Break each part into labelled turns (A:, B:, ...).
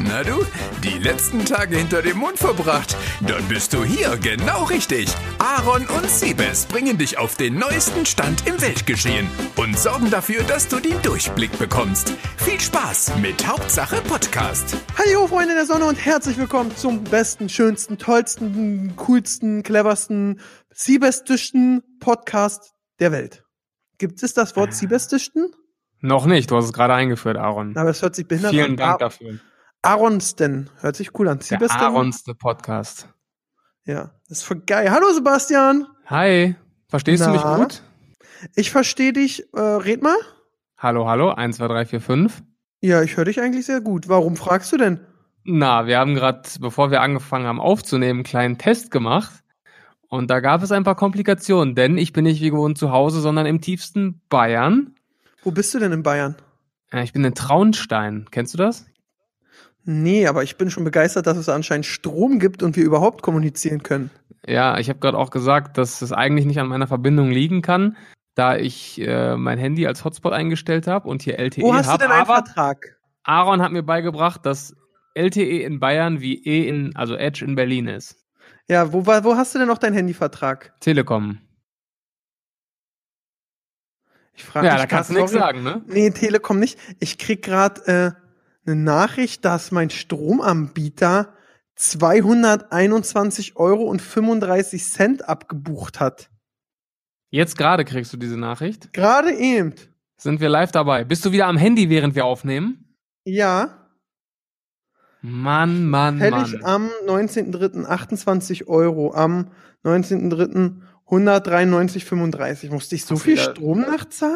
A: Na du, die letzten Tage hinter dem Mond verbracht? Dann bist du hier genau richtig. Aaron und Siebes bringen dich auf den neuesten Stand im Weltgeschehen und sorgen dafür, dass du den Durchblick bekommst. Viel Spaß mit Hauptsache Podcast.
B: Hallo Freunde der Sonne und herzlich willkommen zum besten, schönsten, tollsten, coolsten, cleversten, siebestischsten Podcast der Welt. Gibt es das Wort siebestischsten?
C: Noch nicht, du hast es gerade eingeführt, Aaron.
B: Aber es hört sich behindert
C: Vielen
B: an.
C: Dank
B: Ar-
C: dafür.
B: Aaronsten. Hört sich cool an.
C: Der
B: Siebesten?
C: Aaronste Podcast.
B: Ja, das ist voll geil. Hallo Sebastian.
C: Hi, verstehst du mich
B: Na?
C: gut?
B: Ich verstehe dich. Äh, red mal.
C: Hallo, hallo, 1, 2, 3, 4, 5.
B: Ja, ich höre dich eigentlich sehr gut. Warum fragst du denn?
C: Na, wir haben gerade, bevor wir angefangen haben aufzunehmen, einen kleinen Test gemacht. Und da gab es ein paar Komplikationen, denn ich bin nicht wie gewohnt zu Hause, sondern im tiefsten Bayern.
B: Wo bist du denn in Bayern?
C: Äh, Ich bin in Traunstein. Kennst du das?
B: Nee, aber ich bin schon begeistert, dass es anscheinend Strom gibt und wir überhaupt kommunizieren können.
C: Ja, ich habe gerade auch gesagt, dass es eigentlich nicht an meiner Verbindung liegen kann, da ich äh, mein Handy als Hotspot eingestellt habe und hier LTE
B: Wo hast du
C: habe.
B: denn einen
C: Aber
B: Vertrag?
C: Aaron hat mir beigebracht, dass LTE in Bayern wie E in, also Edge in Berlin ist.
B: Ja, wo, war- wo hast du denn noch deinen Handyvertrag?
C: Telekom.
B: Ich frage
C: Ja, da kannst du nichts sagen, ne?
B: Nee, Telekom nicht. Ich krieg gerade äh, eine Nachricht, dass mein Stromanbieter 221 Euro und 35 Cent abgebucht hat.
C: Jetzt gerade kriegst du diese Nachricht.
B: Gerade eben.
C: Sind wir live dabei? Bist du wieder am Handy, während wir aufnehmen?
B: Ja,
C: Mann, Mann,
B: fällig am
C: Mann.
B: 19.3. 28 Euro, am 19.3. 193,35. Musste ich so
C: Hast du
B: viel
C: wieder-
B: Strom nachzahlen?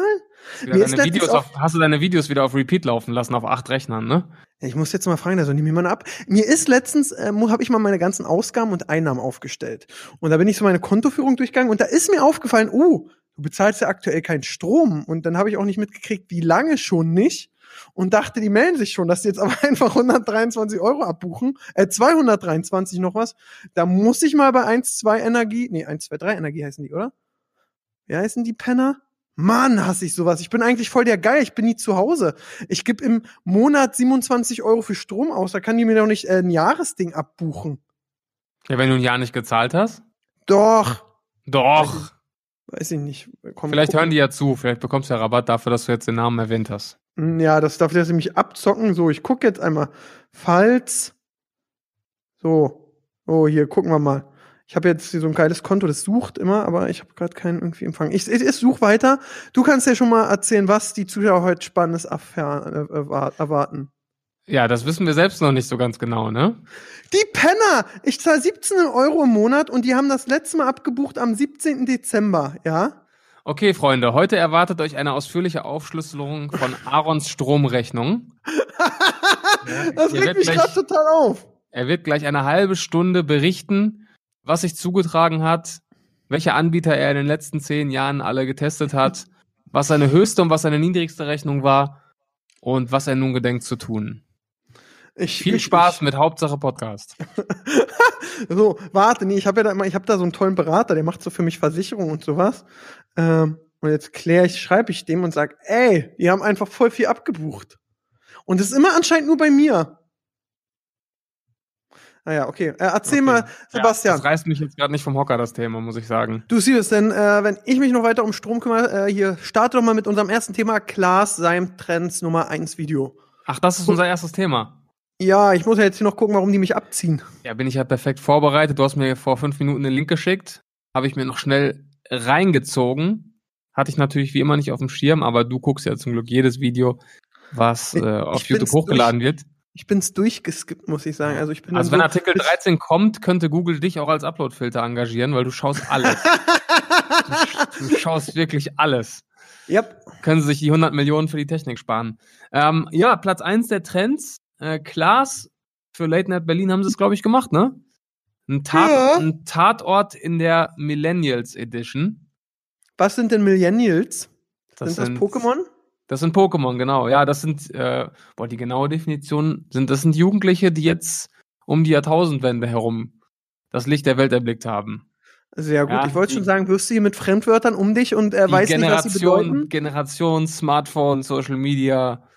C: Wieder
B: mir ist letztens
C: deine Videos auf, hast du deine Videos wieder auf Repeat laufen lassen auf acht Rechnern, ne?
B: Ich muss jetzt mal fragen, also nimm mir mal ab. Mir ist letztens, äh, habe ich mal meine ganzen Ausgaben und Einnahmen aufgestellt. Und da bin ich so meine Kontoführung durchgegangen und da ist mir aufgefallen, oh, du bezahlst ja aktuell keinen Strom. Und dann habe ich auch nicht mitgekriegt, wie lange schon nicht. Und dachte, die melden sich schon, dass die jetzt aber einfach 123 Euro abbuchen, äh, 223 noch was. Da muss ich mal bei 1, 2 Energie, nee, 1, 2, 3 Energie heißen die, oder? Wie heißen die Penner? Mann, hasse ich sowas. Ich bin eigentlich voll der Geil. Ich bin nie zu Hause. Ich gebe im Monat 27 Euro für Strom aus. Da kann die mir doch nicht äh, ein Jahresding abbuchen.
C: Ja, wenn du ein Jahr nicht gezahlt hast.
B: Doch.
C: Doch.
B: Weiß ich nicht. Komm,
C: Vielleicht
B: guck.
C: hören die ja zu. Vielleicht bekommst du ja Rabatt dafür, dass du jetzt den Namen erwähnt hast.
B: Hm, Ja, das darf dass sie mich abzocken. So, ich gucke jetzt einmal. Falls. So. Oh, hier, gucken wir mal. Ich habe jetzt hier so ein geiles Konto, das sucht immer, aber ich habe gerade keinen irgendwie Empfang. Ich, ich, ich suche weiter. Du kannst ja schon mal erzählen, was die Zuschauer heute Spannendes erfahren- äh, erwar- erwarten.
C: Ja, das wissen wir selbst noch nicht so ganz genau, ne?
B: Die Penner! Ich zahle 17 Euro im Monat und die haben das letzte Mal abgebucht am 17. Dezember, ja?
C: Okay, Freunde, heute erwartet euch eine ausführliche Aufschlüsselung von Aarons Stromrechnung.
B: Das regt
C: Ihr werdet
B: mich
C: gleich-
B: gerade total auf.
C: Er wird gleich eine halbe Stunde berichten, was sich zugetragen hat, welche Anbieter er in den letzten zehn Jahren alle getestet hat, was seine höchste und was seine niedrigste Rechnung war und was er nun gedenkt zu tun.
B: Ich,
C: Viel
B: ich,
C: Spaß mit Hauptsache Podcast.
B: Ich, so, warte, nee, ich habe ja da immer, ich habe da so einen tollen Berater, der macht so für mich Versicherung und sowas. Ähm, und jetzt kläre ich, schreibe ich dem und sag, ey, die haben einfach voll viel abgebucht. Und das ist immer anscheinend nur bei mir. Naja, okay. Äh, erzähl
C: Okay.
B: mal,
C: Ja,
B: Sebastian.
C: das reißt mich jetzt gerade nicht vom Hocker, das Thema, muss ich sagen.
B: Du siehst, denn äh, wenn ich mich noch weiter um Strom kümmere, äh, hier starte doch mal mit unserem ersten Thema, Klaas Seim Trends Nummer 1 Video.
C: Ach, das ist unser erstes Thema.
B: Ja, ich muss ja jetzt hier noch gucken, warum die mich abziehen.
C: Ja, bin ich ja perfekt vorbereitet. Du hast mir vor fünf Minuten den Link geschickt. Habe ich mir noch schnell reingezogen. Hatte ich natürlich wie immer nicht auf dem Schirm, aber du guckst ja zum Glück jedes Video, was äh,
B: Ich-
C: auf
B: ich
C: YouTube
B: bin's
C: hochgeladen wird.
B: Ich bin's durchgeskippt, muss ich sagen. Also ich bin
C: Also
B: dann
C: wenn
B: so
C: Artikel
B: bis-
C: 13 kommt, könnte Google dich auch als Uploadfilter engagieren, weil du schaust alles. du, sch- du schaust wirklich alles.
B: Yep.
C: Können sie sich die 100 Millionen für die Technik sparen. Ähm, ja, Platz 1 der Trends. Äh, Klaas, für Late Night Berlin haben sie es, glaube ich, gemacht, ne? Ein, Tat
B: Ja.
C: ein Tatort in der Millennials Edition.
B: Was sind denn Millennials? sind das
C: sind-
B: Pokémon?
C: Das sind Pokémon, genau. Ja, das sind, äh, boah, die genaue Definition sind, das sind Jugendliche, die jetzt um die Jahrtausendwende herum das Licht der Welt erblickt haben.
B: Sehr gut.
C: Ja,
B: ich wollte
C: die-
B: schon sagen, wirst du hier mit Fremdwörtern um dich und er
C: die
B: weiß nicht, was sie
C: Generation,
B: bedeuten?
C: Generation, Smartphone, Social Media,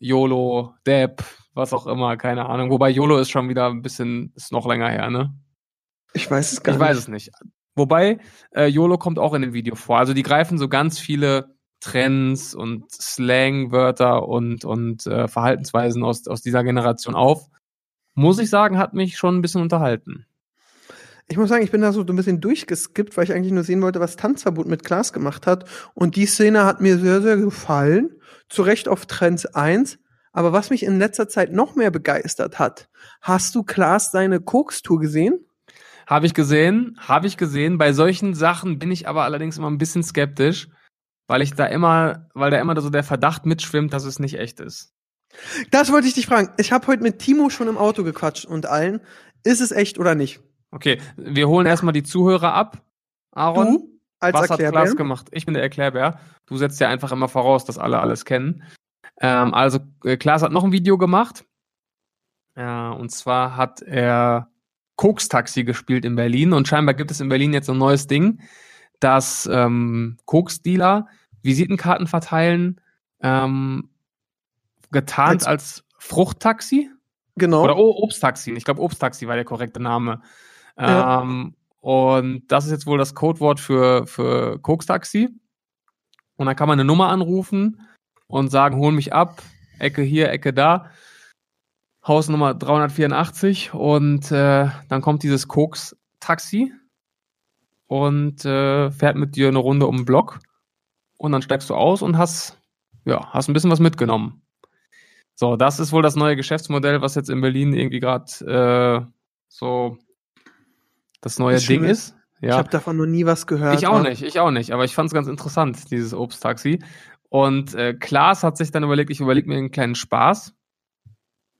C: YOLO, Dab, was auch immer, keine Ahnung. Wobei YOLO ist schon wieder ein bisschen, ist noch länger her, ne?
B: Ich weiß es
C: Ich
B: gar nicht.
C: weiß es nicht. Wobei, äh, YOLO kommt auch in dem Video vor. Also die greifen so ganz viele Trends und Slangwörter und, und äh, Verhaltensweisen aus, aus dieser Generation auf. Muss ich sagen, hat mich schon ein bisschen unterhalten.
B: Ich muss sagen, ich bin da so ein bisschen durchgeskippt, weil ich eigentlich nur sehen wollte, was Tanzverbot mit Klaas gemacht hat. Und die Szene hat mir sehr, sehr gefallen. Zu Recht auf Trends 1. Aber was mich in letzter Zeit noch mehr begeistert hat, hast du Klaas seine Koks-Tour gesehen?
C: Habe ich gesehen, habe ich gesehen. Bei solchen Sachen bin ich aber allerdings immer ein bisschen skeptisch, weil ich da immer, weil da immer so der Verdacht mitschwimmt, dass es nicht echt ist.
B: Das wollte ich dich fragen. Ich habe heute mit Timo schon im Auto gequatscht und allen. Ist es echt oder nicht?
C: Okay, wir holen erstmal die Zuhörer ab. Aaron,
B: Du als
C: was hat Klaas
B: Erklärbär.
C: gemacht? Ich bin der Erklärbär. Du setzt ja einfach immer voraus, dass alle alles kennen. Ähm, also, äh, Klaas hat noch ein Video gemacht. Äh, und zwar hat er Koks-Taxi gespielt in Berlin. Und scheinbar gibt es in Berlin jetzt so ein neues Ding, dass ähm, Koks-Dealer Visitenkarten verteilen, ähm,
B: Als-
C: getarnt als Fruchttaxi.
B: Genau.
C: Oder oh, Obsttaxi. Ich glaube, Obsttaxi war der korrekte Name.
B: Ja.
C: Ähm, und das ist jetzt wohl das Codewort für, für Kokstaxi. Und dann kann man eine Nummer anrufen und sagen, hol mich ab, Ecke hier, Ecke da. Hausnummer 384 und äh, dann kommt dieses Koks-Taxi und äh, fährt mit dir eine Runde um den Block und dann steigst du aus und hast, ja, hast ein bisschen was mitgenommen. So, das ist wohl das neue Geschäftsmodell, was jetzt in Berlin irgendwie gerade äh, so das neue
B: Ist
C: Ding
B: schlimm.
C: ist.
B: Ich
C: Ja.
B: habe davon noch nie was gehört. ne?
C: Ich auch
B: aber-
C: nicht, ich auch nicht, aber ich fand es ganz interessant, dieses Obsttaxi. Und äh, Klaas hat sich dann überlegt, ich überlege mir einen kleinen Spaß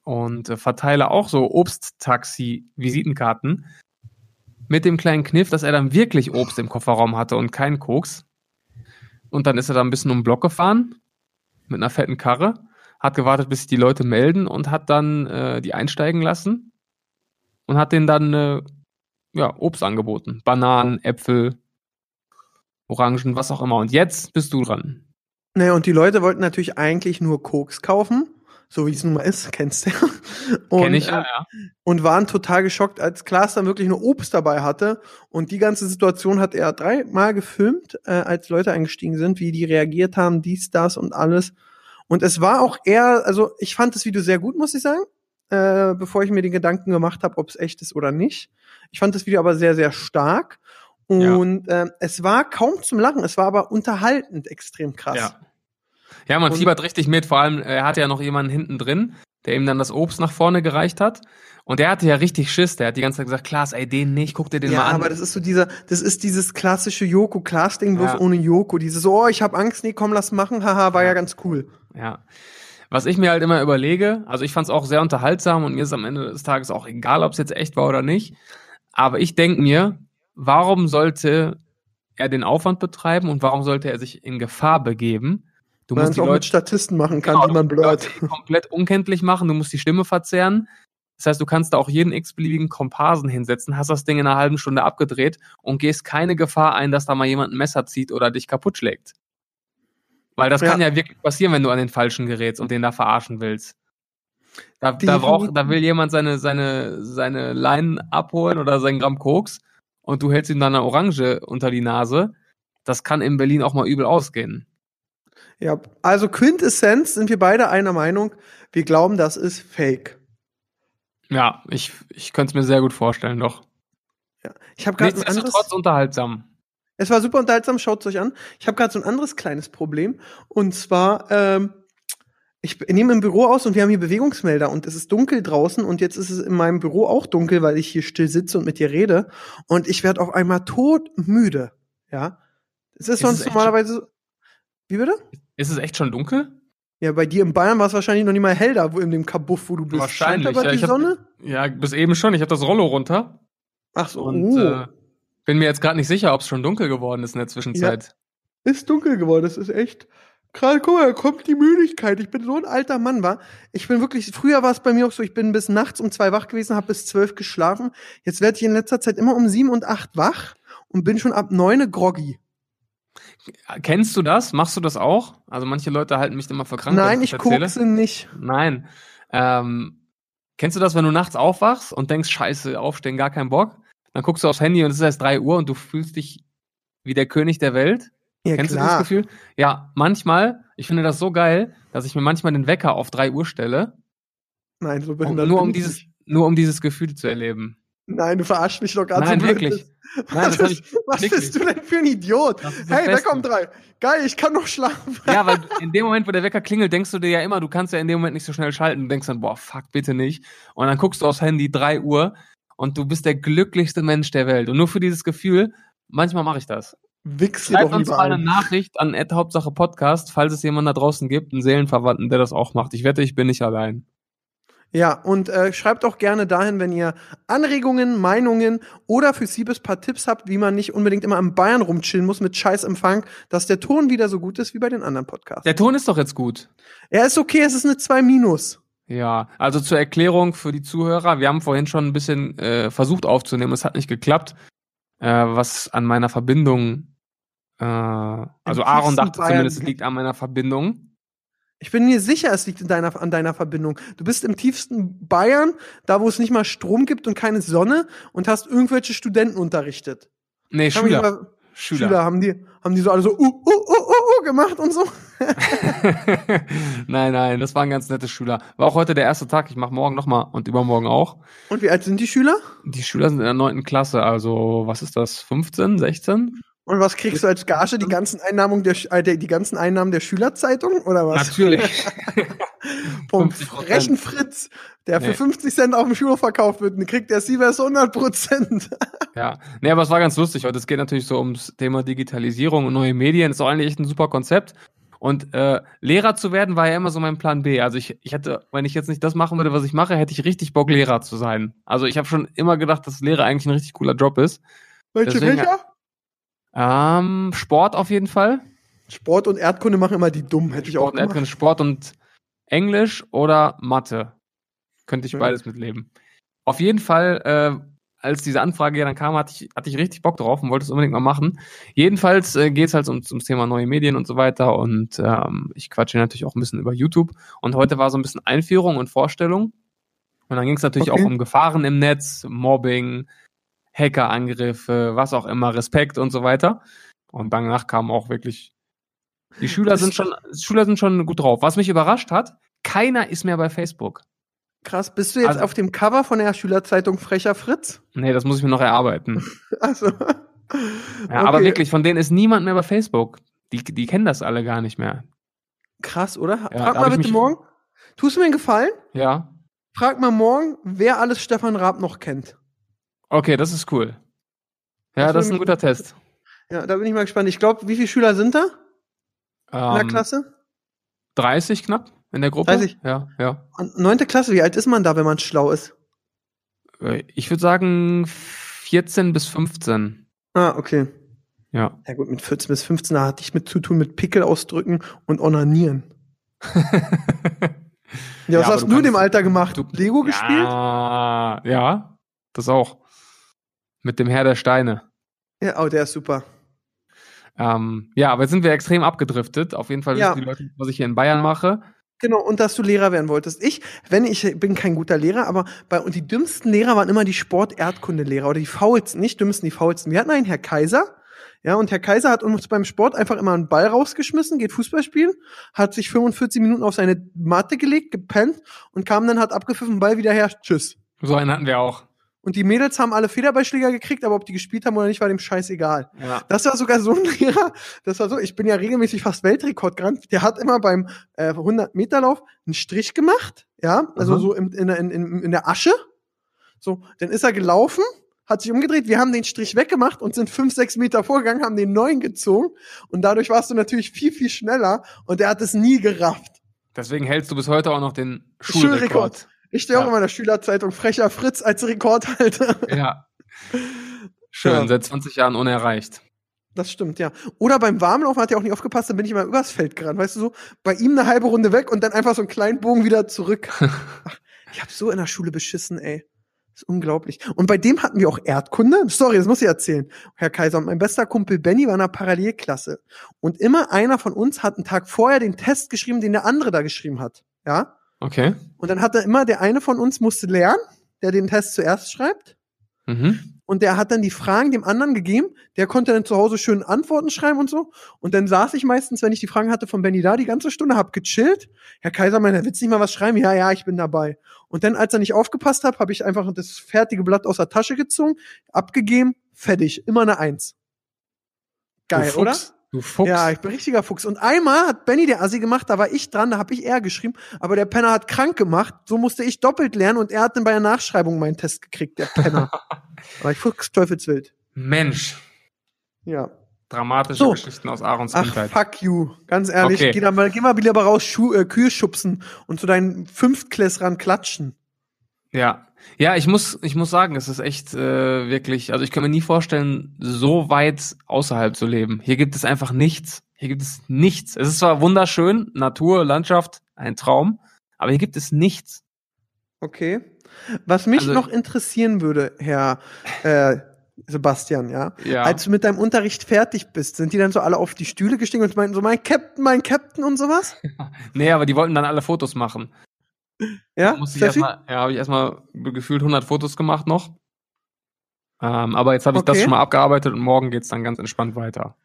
C: und äh, verteile auch so Obsttaxi-Visitenkarten mit dem kleinen Kniff, dass er dann wirklich Obst im Kofferraum hatte und keinen Koks. Und dann ist er da ein bisschen um den Block gefahren mit einer fetten Karre, hat gewartet, bis sich die Leute melden und hat dann äh, die einsteigen lassen und hat denen dann äh, ja, Obst angeboten. Bananen, Äpfel, Orangen, was auch immer. Und jetzt bist du dran.
B: Naja, Ne, und die Leute wollten natürlich eigentlich nur Koks kaufen, so wie es nun mal ist, kennst du ja. Und,
C: Kenn ich
B: äh,
C: ja, ja.
B: und waren total geschockt, als Klaas dann wirklich nur Obst dabei hatte. Und die ganze Situation hat er dreimal gefilmt, äh, als Leute eingestiegen sind, wie die reagiert haben, dies, das und alles. Und es war auch eher, also ich fand das Video sehr gut, muss ich sagen, äh, bevor ich mir den Gedanken gemacht habe, ob es echt ist oder nicht. Ich fand das Video aber sehr, sehr stark.
C: Ja.
B: Und äh, es war kaum zum Lachen, es war aber unterhaltend extrem krass.
C: Ja. Ja, man
B: Und-
C: fiebert richtig mit. Vor allem, er hatte ja noch jemanden hinten drin, der ihm dann das Obst nach vorne gereicht hat. Und der hatte ja richtig Schiss. Der hat die ganze Zeit gesagt, Klaas, ey, den nicht, guck dir den
B: Ja,
C: mal an.
B: aber das ist so dieser, das ist dieses klassische Joko Klaas Ding bloß
C: Ja.
B: ohne Joko, dieses oh, ich habe Angst, nee, komm, lass machen, haha, war ja,
C: Ja.
B: ganz cool.
C: Ja. Was ich mir halt immer überlege, also ich fand es auch sehr unterhaltsam und mir ist am Ende des Tages auch egal, ob es jetzt echt war oder nicht. Aber ich denke mir, warum sollte er den Aufwand betreiben und warum sollte er sich in Gefahr begeben? Du
B: Weil man
C: musst
B: es
C: die
B: auch mit
C: Leute
B: Statisten machen kann,
C: Genau,
B: die man
C: du musst
B: blurrt.
C: die komplett unkenntlich machen, du musst die Stimme verzehren. Das heißt, du kannst da auch jeden x-beliebigen Komparsen hinsetzen, hast das Ding in einer halben Stunde abgedreht und gehst keine Gefahr ein, dass da mal jemand ein Messer zieht oder dich kaputt schlägt. Weil das
B: Ja.
C: kann ja wirklich passieren, wenn du an den falschen gerätst und den da verarschen willst. Da, da,
B: Definitiv.
C: braucht, da will jemand seine, seine, seine Leinen abholen oder sein Gramm Koks und du hältst ihm dann eine Orange unter die Nase. Das kann in Berlin auch mal übel ausgehen.
B: Ja, also Quintessenz sind wir beide einer Meinung, wir glauben, das ist Fake.
C: Ja, ich, ich könnte es mir sehr gut vorstellen, doch.
B: Ja. Ich habe gerade ein anderes.
C: Nichtsdestotrotz unterhaltsam.
B: Es war super unterhaltsam, schaut's euch an. Ich habe gerade so ein anderes kleines Problem. Und zwar, ähm, ich b- nehme im Büro aus und wir haben hier Bewegungsmelder und es ist dunkel draußen und jetzt ist es in meinem Büro auch dunkel, weil ich hier still sitze und mit dir rede. Und ich werde auf einmal todmüde. Ja. Es ist,
C: es
B: sonst
C: echt
B: normalerweise. so- Wie bitte?
C: Ist es echt schon dunkel?
B: Ja, bei dir in Bayern war es wahrscheinlich noch nicht mal hell da, wo in dem Kabuff, wo du bist.
C: Wahrscheinlich,
B: Scheint aber
C: ja,
B: die
C: ich hab-
B: Sonne?
C: Ja, bis eben schon. Ich habe das Rollo runter
B: Ach so,
C: und
B: oh,
C: äh, bin mir jetzt gerade nicht sicher, ob es schon dunkel geworden ist in der Zwischenzeit.
B: ist dunkel geworden. Das ist echt. Gerade, guck mal, da kommt die Müdigkeit. Ich bin so ein alter Mann, war. Ich bin wirklich, früher war es bei mir auch so, ich bin bis nachts um zwei wach gewesen, habe bis zwölf geschlafen. Jetzt werde ich in letzter Zeit immer um sieben und acht wach und bin schon ab neune groggy.
C: Kennst du das? Machst du das auch? Also manche Leute halten mich immer für krank. wenn
B: Nein,
C: das
B: ich kokse nicht.
C: Nein. Ähm, kennst du das, wenn du nachts aufwachst und denkst, scheiße, aufstehen, gar keinen Bock? Dann guckst du aufs Handy und es ist erst 3 Uhr und du fühlst dich wie der König der Welt.
B: Ja,
C: Kennst du das
B: klar.
C: Gefühl? Ja, manchmal, ich finde das so geil, dass ich mir manchmal den Wecker auf 3 Uhr stelle,
B: Nein, so
C: um,
B: behindert
C: nur,
B: bin
C: um
B: ich
C: dieses,
B: nicht.
C: nur um dieses Gefühl zu erleben.
B: Nein, du verarschst mich doch gerade
C: Nein,
B: so blöd.
C: wirklich. Nein,
B: Was,
C: das hab ich,
B: was
C: wirklich.
B: bist du denn für ein Idiot?
C: das ist das
B: Hey, da
C: Beste.
B: kommen drei. Geil, ich kann noch schlafen.
C: Ja, weil in dem Moment, wo der Wecker klingelt, denkst du dir ja immer, du kannst ja in dem Moment nicht so schnell schalten. Du denkst dann, boah, fuck, bitte nicht. Und dann guckst du aufs Handy 3 Uhr und du bist der glücklichste Mensch der Welt. Und nur für dieses Gefühl, manchmal mache ich das.
B: Wichs dir
C: Schreibt
B: doch
C: uns
B: lieber
C: mal eine
B: ein.
C: Nachricht an Ad Hauptsache Podcast, falls es jemanden da draußen gibt, einen Seelenverwandten, der das auch macht. Ich wette, ich bin nicht allein.
B: Ja, und äh, schreibt auch gerne dahin, wenn ihr Anregungen, Meinungen oder für Siebes paar Tipps habt, wie man nicht unbedingt immer am Bayern rumchillen muss mit scheiß Empfang, dass der Ton wieder so gut ist wie bei den anderen Podcasts.
C: Der Ton ist doch jetzt gut.
B: Er ist okay, es ist eine 2 minus.
C: Ja, also zur Erklärung für die Zuhörer, wir haben vorhin schon ein bisschen äh, versucht aufzunehmen, es hat nicht geklappt, äh, was an meiner Verbindung, äh, also Aaron
B: tiefsten
C: dachte
B: Bayern-
C: zumindest, es liegt an meiner Verbindung.
B: Ich bin mir sicher, es liegt in deiner, an deiner Verbindung. Du bist im tiefsten Bayern, da wo es nicht mal Strom gibt und keine Sonne und hast irgendwelche Studenten unterrichtet.
C: Nee,
B: Kann mich
C: Schüler,
B: mal-
C: Schüler.
B: Schüler. haben die haben die so alle so uh, uh, uh, uh, uh gemacht und so.
C: nein, nein, das waren ganz nette Schüler. War auch heute der erste Tag, ich mache morgen nochmal und übermorgen auch.
B: Und wie alt sind die Schüler?
C: Die Schüler sind in der neunten Klasse, also was ist das, 15, 16?
B: Und was kriegst du als Gage? Die ganzen Einnahmen der, Sch- äh, der- die ganzen Einnahmen der Schülerzeitung oder was?
C: Natürlich.
B: Vom
C: 50%.
B: frechen Fritz, der
C: Nee.
B: für 50 Cent auf dem Schulhof verkauft wird, dann kriegt der Sievers 100 Prozent.
C: Ja, nee, aber es war ganz lustig heute. Es geht natürlich so ums Thema Digitalisierung und neue Medien. Ist auch eigentlich echt ein super Konzept. Und äh, Lehrer zu werden war ja immer so mein Plan B. Also ich, ich hätte, wenn ich jetzt nicht das machen würde, was ich mache, hätte ich richtig Bock, Lehrer zu sein. Also ich habe schon immer gedacht, dass Lehrer eigentlich ein richtig cooler Job ist.
B: Welche
C: Deswegen-
B: Fächer?
C: Ähm, Sport auf jeden Fall.
B: Sport und Erdkunde machen immer die dumm, hätte ich auch
C: Sport, und
B: gemacht.
C: Erdkunde, Sport und Englisch oder Mathe. Könnte ich
B: Ja.
C: beides mitleben. Auf jeden Fall, äh, als diese Anfrage ja dann kam, hatte ich, hatte ich richtig Bock drauf und wollte es unbedingt mal machen. Jedenfalls äh, geht es halt um, ums Thema neue Medien und so weiter. Und ähm, ich quatsche natürlich auch ein bisschen über YouTube. Und heute war so ein bisschen Einführung und Vorstellung. Und dann ging es natürlich
B: Okay.
C: auch um Gefahren im Netz, Mobbing, Hackerangriffe, was auch immer, Respekt und so weiter. Und danach kam auch wirklich. Die Schüler
B: Das-
C: sind schon, Schüler sind schon gut drauf. Was mich überrascht hat, keiner ist mehr bei Facebook.
B: Krass, bist du jetzt
C: Also-
B: auf dem Cover von der Schülerzeitung frecher Fritz?
C: Nee, das muss ich mir noch erarbeiten.
B: Also.
C: Ja, Aber wirklich, von denen ist niemand mehr bei Facebook. Die, die kennen das alle gar nicht mehr.
B: Krass, oder?
C: Ja,
B: Frag mal
C: da hab ich
B: bitte
C: mich-
B: morgen. Tust du mir einen Gefallen?
C: Ja.
B: Frag mal morgen, wer alles Stefan Raab noch kennt.
C: Okay, das ist cool. Ja,
B: Das
C: das ist ein
B: würde
C: guter Test.
B: Ja, da bin ich mal gespannt. Ich glaube, wie viele Schüler sind da in der
C: Ähm,
B: Klasse?
C: 30 knapp in der Gruppe?
B: 30.
C: Ja, ja.
B: An- Neunte Klasse, wie alt ist man da, wenn man schlau ist?
C: Äh, Ich würde sagen 14 bis 15.
B: Ah, okay.
C: Ja.
B: Ja gut, mit 14 bis 15, da hatte ich mit zu tun mit Pickel ausdrücken und onanieren. Ja,
C: Ja,
B: was
C: aber
B: hast
C: du
B: du in dem
C: kannst-
B: Alter gemacht?
C: du-
B: Lego gespielt?
C: Ja, ja, das auch. Mit dem Herr der Steine.
B: Ja, oh, der ist super.
C: Ähm, ja, aber jetzt sind wir extrem abgedriftet. Auf jeden Fall
B: Ja.
C: wissen die Leute, was ich hier in Bayern mache.
B: Genau, und dass du Lehrer werden wolltest. Ich, wenn ich bin kein guter Lehrer, aber bei und die dümmsten Lehrer waren immer die Sport-Erdkundelehrer oder die faulsten, nicht dümmsten, die faulsten. Wir hatten einen Herr Kaiser, ja, und Herr Kaiser hat uns beim Sport einfach immer einen Ball rausgeschmissen, geht Fußball spielen, hat sich 45 Minuten auf seine Matte gelegt, gepennt und kam dann, hat abgepfiffen, Ball wieder her, tschüss.
C: So einen hatten wir auch.
B: Und die Mädels haben alle Federbeischläger gekriegt, aber ob die gespielt haben oder nicht, war dem Scheiß egal.
C: Ja.
B: Das war sogar so ein Lehrer, das war so, ich bin ja regelmäßig fast Weltrekordgrant, der hat immer beim äh, 100-Meter-Lauf einen Strich gemacht, ja, also
C: Mhm.
B: so in, in, der- in, in, in der Asche, so, dann ist er gelaufen, hat sich umgedreht, wir haben den Strich weggemacht und sind fünf, sechs Meter vorgegangen, haben den neuen gezogen und dadurch warst du natürlich viel, viel schneller und er hat es nie gerafft.
C: Deswegen hältst du bis heute auch noch den Schulrekord.
B: Schulrekord. Ich stehe
C: Ja.
B: auch in meiner Schülerzeitung frecher Fritz als Rekordhalter.
C: Ja. Schön,
B: Ja.
C: seit 20 Jahren unerreicht.
B: Das stimmt, ja. Oder beim Warmlaufen hat er auch nicht aufgepasst, dann bin ich immer übers Feld gerannt, weißt du so, bei ihm eine halbe Runde weg und dann einfach so einen kleinen Bogen wieder zurück. Ach, ich hab so in der Schule beschissen, ey. ist unglaublich. Und bei dem hatten wir auch Erdkunde. Sorry, das muss ich erzählen. Herr Kaiser und mein bester Kumpel Benny war in einer Parallelklasse. Und immer einer von uns hat einen Tag vorher den Test geschrieben, den der andere da geschrieben hat. Ja?
C: Okay.
B: Und dann hatte immer der eine von uns musste lernen, der den Test zuerst schreibt.
C: Mhm.
B: Und der hat dann die Fragen dem anderen gegeben. Der konnte dann zu Hause schön Antworten schreiben und so. Und dann saß ich meistens, wenn ich die Fragen hatte von Benny da, die ganze Stunde, hab gechillt. Herr Kaiser, meinte, willst du nicht mal was schreiben? Ja, ja, ich bin dabei. Und dann, als er nicht aufgepasst hat, habe ich einfach das fertige Blatt aus der Tasche gezogen, abgegeben, fertig. Immer eine Eins. Geil,
C: du
B: oder?
C: Fuchs. Du Fuchs.
B: Ja, ich bin richtiger Fuchs. Und einmal hat Benny der Assi gemacht, da war ich dran, da habe ich er geschrieben, aber der Penner hat krank gemacht, so musste ich doppelt lernen und er hat dann bei der Nachschreibung meinen Test gekriegt, der Penner. aber ich Fuchs Teufelswild.
C: Mensch.
B: Ja.
C: Dramatische
B: So.
C: Geschichten aus Aarons
B: Ach,
C: Kindheit.
B: fuck you. Ganz ehrlich,
C: Okay.
B: geh, da mal, geh mal wieder aber raus, Schu äh, Kühe schubsen und zu deinen Fünftklässlern klatschen.
C: Ja. Ja, ich muss, ich muss sagen, es ist echt äh, wirklich, also ich kann mir nie vorstellen, so weit außerhalb zu leben. Hier gibt es einfach nichts. Hier gibt es nichts. Es ist zwar wunderschön, Natur, Landschaft, ein Traum, aber hier gibt es nichts.
B: Okay. Was mich
C: Also-
B: noch interessieren würde, Herr äh, Sebastian, ja,
C: Ja.
B: als du mit deinem Unterricht fertig bist, sind die dann so alle auf die Stühle gestiegen und meinten so, mein Captain, mein Captain und sowas?
C: nee, aber die wollten dann alle Fotos machen.
B: Ja,
C: Muss ich
B: Steffi?
C: erstmal, ja, habe ich erstmal gefühlt 100 Fotos gemacht noch. Ähm, aber jetzt habe ich das
B: Okay.
C: schon mal abgearbeitet und morgen geht's dann ganz entspannt weiter.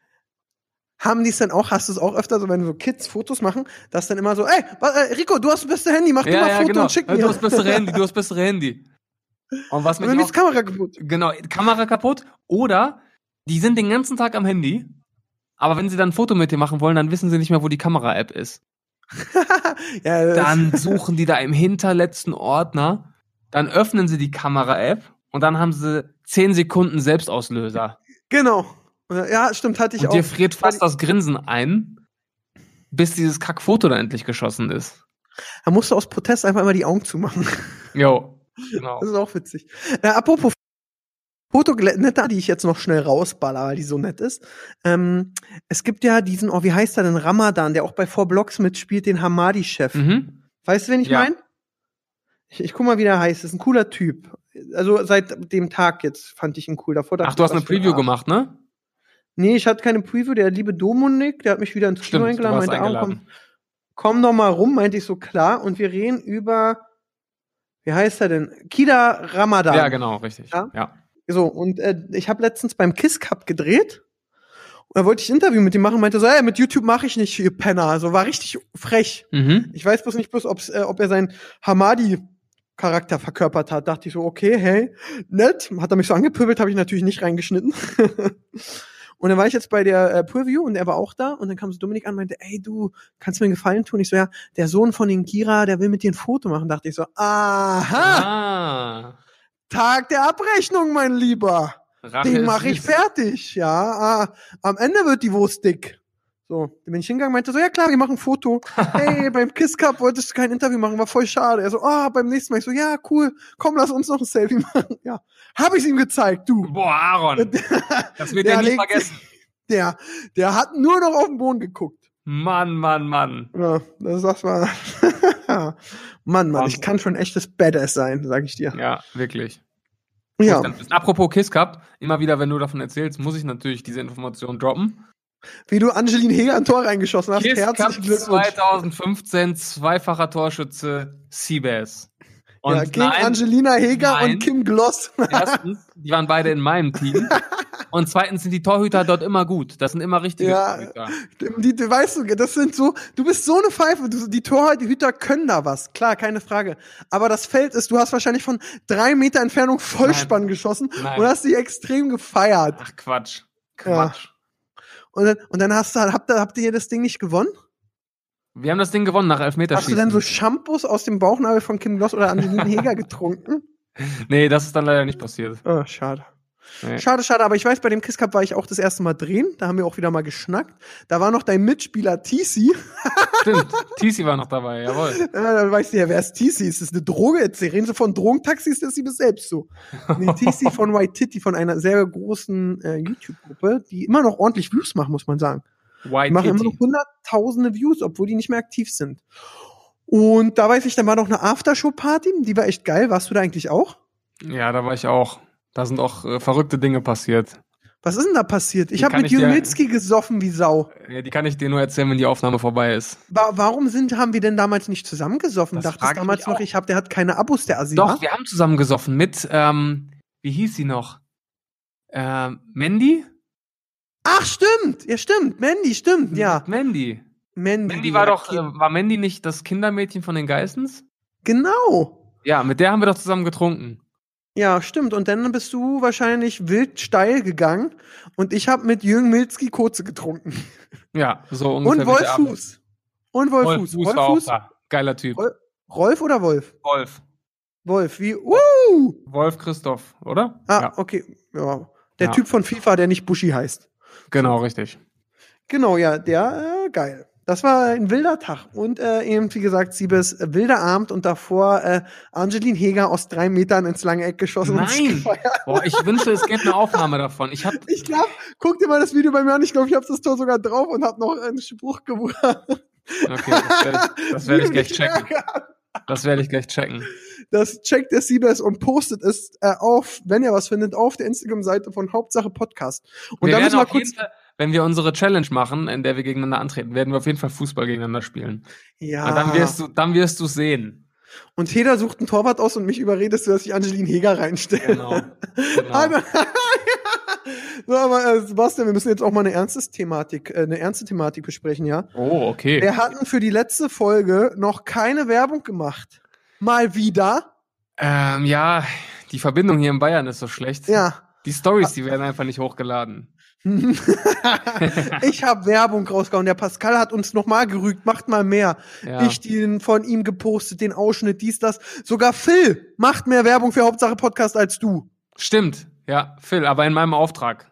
B: haben die es dann auch, hast du es auch öfter, so wenn so Kids Fotos machen, dass dann immer so, ey, wa- äh, Rico, du hast das beste Handy, mach du mal Foto und schick mir.
C: genau. Äh, Du hast bessere Handy, du hast bessere Handy. Und was
B: Und
C: mich
B: dann
C: auch
B: ist die Kamera kaputt.
C: Genau, Kamera kaputt oder die sind den ganzen Tag am Handy, aber wenn sie dann ein Foto mit dir machen wollen, dann wissen sie nicht mehr, wo die Kamera-App ist.
B: ja, äh, das-
C: Dann suchen die da im hinterletzten Ordner, dann öffnen sie die Kamera-App und dann haben sie 10 Sekunden Selbstauslöser.
B: genau. Oder- Ja, stimmt, hatte ich
C: Und
B: auch.
C: dir friert fast das Grinsen ein, bis dieses Kackfoto dann endlich geschossen ist.
B: Da musst du aus Protest einfach immer die Augen zumachen.
C: Jo. Genau.
B: Das ist auch witzig. Äh, apropos Fotoglätter, die ich jetzt noch schnell rausballer, weil die so nett ist. Ähm, es gibt ja diesen, oh, wie heißt er denn? Ramadan, der auch bei Four Blocks mitspielt, den Hamadi-Chef.
C: Mhm.
B: Weißt du, wen ich
C: Ja.
B: mein? meine? Ich, ich guck mal, wie der heißt. Ist ein cooler Typ. Also seit dem Tag jetzt fand ich ihn cool. Davor dachte
C: Ach, du
B: ich,
C: hast eine
B: was für ein
C: Preview
B: Arsch.
C: gemacht, ne?
B: Nee, ich hatte keine Preview. Der liebe Dominik, der hat mich wieder ins Kino
C: Stimmt, du
B: eingeladen.
C: warst
B: Meinte, ah, komm,
C: eingeladen.
B: komm doch mal rum, meinte ich so, klar. Und wir reden über, wie heißt er denn? Kida Ramadan.
C: Ja, genau, richtig.
B: Ja?
C: Ja.
B: So, und äh, ich habe letztens beim Kiss Cup gedreht. Und da wollte ich ein Interview mit ihm machen. Meinte so, ey, mit YouTube mache ich nicht, ihr Penner. Also war richtig frech.
C: Mhm.
B: Ich weiß bloß nicht bloß, ob's, äh, ob er seinen Hamadi-Charakter verkörpert hat. Dachte ich so, okay, hey, nett. Hat er mich so angepöbelt, habe ich natürlich nicht reingeschnitten. und dann war ich jetzt bei der äh, Preview und er war auch da. Und dann kam so Dominik an und meinte, ey, du, kannst du mir einen Gefallen tun? Ich so, ja, der Sohn von den Kira, der will mit dir ein Foto machen. Dachte ich so, aha,
C: Ah.
B: Tag der Abrechnung, mein Lieber.
C: Rache
B: Den
C: ist
B: mache ich
C: süß.
B: fertig, ja. Ah, am Ende wird die Wurst dick. So, dann bin ich hingegangen, meinte so, ja klar, wir machen ein Foto. Hey, beim Kiss Cup wolltest du kein Interview machen, war voll schade. Er so, ah, beim nächsten Mal. Ich so, ja, cool, komm, lass uns noch ein Selfie machen. Ja, habe ich ihm gezeigt, du.
C: Boah, Aaron, das wird er
B: Ja,
C: nie
B: legt-
C: vergessen.
B: Der, der hat nur noch auf den Boden geguckt.
C: Mann, Mann, Mann.
B: Ja, das sagst mal. Mann, Mann, ich
C: Wahnsinn.
B: kann schon echtes Badass sein, sag ich dir.
C: Ja, wirklich.
B: Ja,
C: Muss ich dann- Apropos Kiss Cup, immer wieder, wenn du davon erzählst, muss ich natürlich diese Information droppen.
B: wie du Angeline Heger ein Tor reingeschossen hast.
C: Kiss Cup
B: Herzlichen Glückwunsch.
C: 2015, zweifacher Torschütze Seabass. Und
B: Ja, gegen
C: nein,
B: Angelina Heger
C: nein.
B: und Kim Gloss.
C: erstens, die waren beide in meinem Team. Und zweitens sind die Torhüter dort immer gut. Das sind immer richtige
B: Ja.
C: Torhüter.
B: Die, die, weißt du, das sind so, du bist so eine Pfeife, du, die Torhüter können da was, klar, keine Frage. Aber das Feld ist, du hast wahrscheinlich von drei Meter Entfernung Vollspann geschossen
C: Nein.
B: und hast die extrem gefeiert.
C: Ach, Quatsch. Quatsch.
B: Und dann, und dann hast du, habt ihr, habt ihr das Ding nicht gewonnen?
C: Wir haben das Ding gewonnen nach
B: Hast du
C: Elfmeterschießen.
B: denn so Shampoos aus dem Bauchnabel von Kim Gloss oder Angelina Heger getrunken?
C: nee, das ist dann leider nicht passiert.
B: Ah, schade.
C: Nee.
B: Schade, schade, aber ich weiß, bei dem Kiss Cup war ich auch das erste Mal drehen. Da haben wir auch wieder mal geschnackt. Da war noch dein Mitspieler Tisi.
C: Stimmt, TC war noch dabei, jawohl.
B: Ja, dann weißt du ja, wer ist TC? Ist das eine Droge? Jetzt reden sie von Drogentaxis, das ist sie bis selbst so. Nee, TC von White Titty, von einer sehr großen äh, YouTube-Gruppe, die immer noch ordentlich Views machen, muss man sagen. Die
C: White
B: machen immer noch
C: Kitty.
B: hunderttausende Views, obwohl die nicht mehr aktiv sind. Und da weiß ich, dann war noch eine Aftershow-Party, die war echt geil. Warst du da eigentlich auch?
C: Ja, da war ich auch. Da sind auch äh, verrückte Dinge passiert.
B: Was ist denn da passiert? Ich
C: Die
B: habe
C: kann
B: mit
C: ich dir-
B: Junitzki gesoffen wie Sau.
C: Ja, die kann ich dir nur erzählen, wenn die Aufnahme vorbei ist.
B: Wa warum sind, haben wir denn damals nicht zusammengesoffen?
C: Das
B: Dachtest
C: frag ich
B: damals
C: mich
B: noch,
C: auch.
B: ich hab, der hat keine Abos, der Asi. wa?
C: Doch, wir haben zusammen gesoffen mit, ähm, wie hieß sie noch? Ähm, Mandy?
B: Ach, stimmt. Ja, stimmt. Mandy, stimmt. Ja.
C: Mit Mandy.
B: Mandy.
C: Mandy war
B: ja,
C: doch, äh,
B: Kind.
C: war Mandy nicht das Kindermädchen von den Geissens?
B: Genau.
C: Ja, mit der haben wir doch zusammen getrunken.
B: Ja, stimmt. Und dann bist du wahrscheinlich wild steil gegangen und ich habe mit Jürgen Milzki Kurze getrunken.
C: Ja, so ungefähr.
B: Und Wolf Fuß. Und Wolf,
C: Wolf
B: Fuß.
C: Fuß war auch da. Geiler Typ.
B: Wolf- Rolf oder Wolf?
C: Wolf.
B: Wolf, wie? Uh!
C: Wolf Christoph, oder?
B: Ah,
C: Ja,
B: okay. Ja. Der
C: Ja.
B: Typ von FIFA, der nicht Bushi heißt.
C: genau, richtig.
B: Genau, ja, der, äh, geil. Das war ein wilder Tag. Und äh, eben, wie gesagt, Siebes, äh, wilder Abend und davor äh, Angeline Heger aus drei Metern ins lange Eck geschossen. und
C: Nein!
B: gefeiert.
C: Boah, ich wünsche, es gäbe eine Aufnahme davon. Ich hab,
B: Ich glaube, guck dir mal das Video bei mir an. Ich glaube, ich habe das Tor sogar drauf und habe noch einen Spruch gebracht.
C: okay, das werde ich, das werd ich gleich checken. Das werde ich gleich checken.
B: Das checkt der Siebes und postet es äh, auf, wenn ihr was findet, auf der Instagram-Seite von Hauptsache Podcast. Und
C: wir
B: da
C: werden
B: müssen wir
C: auf jeden
B: kurz.
C: Fall, wenn wir unsere Challenge machen, in der wir gegeneinander antreten, werden wir auf jeden Fall Fußball gegeneinander spielen.
B: Ja,
C: Und dann wirst du, dann wirst du sehen.
B: und Heder sucht einen Torwart aus und mich überredest du, dass ich Angeline Heger reinstelle.
C: Genau.
B: Ah,
C: genau.
B: na- so, aber äh, Sebastian, wir müssen jetzt auch mal eine ernstes Thematik, äh, eine ernste Thematik besprechen, ja?
C: Oh, okay.
B: Wir hatten für die letzte Folge noch keine Werbung gemacht. Mal wieder.
C: Ähm, ja, die Verbindung hier in Bayern ist so schlecht.
B: Ja.
C: Die Stories, die werden einfach nicht hochgeladen.
B: ich habe Werbung rausgehauen. Der Pascal hat uns nochmal gerügt, macht mal mehr.
C: Ja.
B: Ich den von ihm gepostet, den Ausschnitt, dies, das. Sogar Phil macht mehr Werbung für Hauptsache Podcast als du.
C: Stimmt. Ja, Phil, aber in meinem Auftrag.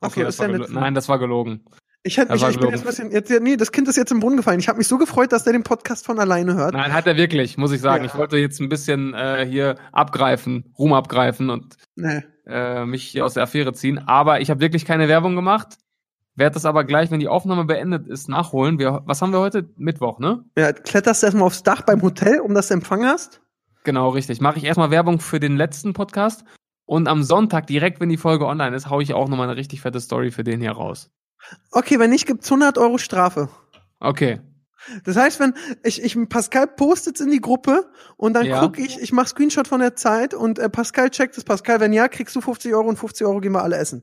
B: Ach so,
C: Okay, das
B: ist ja
C: war
B: mit-
C: gelo- Nein, das war gelogen.
B: Ich, hätte
C: Das
B: mich,
C: war
B: ich bin jetzt
C: gelogen.
B: ein bisschen, jetzt, nee, das Kind ist jetzt im Brunnen gefallen. Ich habe mich so gefreut, dass der den Podcast von alleine hört.
C: Nein, hat er wirklich, muss ich sagen.
B: Ja.
C: Ich wollte jetzt ein bisschen äh, hier abgreifen, Ruhm abgreifen und
B: Nee.
C: äh, mich hier aus der Affäre ziehen. Aber ich habe wirklich keine Werbung gemacht. Werd das aber gleich, wenn die Aufnahme beendet ist, nachholen. Wir, was haben wir heute? Mittwoch, ne?
B: Ja, kletterst erstmal aufs Dach beim Hotel, um dass du Empfang hast.
C: Genau, richtig. Mache ich erstmal Werbung für den letzten Podcast. Und am Sonntag, direkt wenn die Folge online ist, hau ich auch nochmal eine richtig fette Story für den hier raus.
B: Okay, wenn nicht, gibt's 100 Euro Strafe.
C: Okay.
B: Das heißt, wenn ich, ich Pascal postet's in die Gruppe und dann
C: Ja.
B: guck ich, ich mache Screenshot von der Zeit und äh, Pascal checkt es. Pascal, wenn ja, kriegst du 50 Euro und 50 Euro gehen wir alle essen.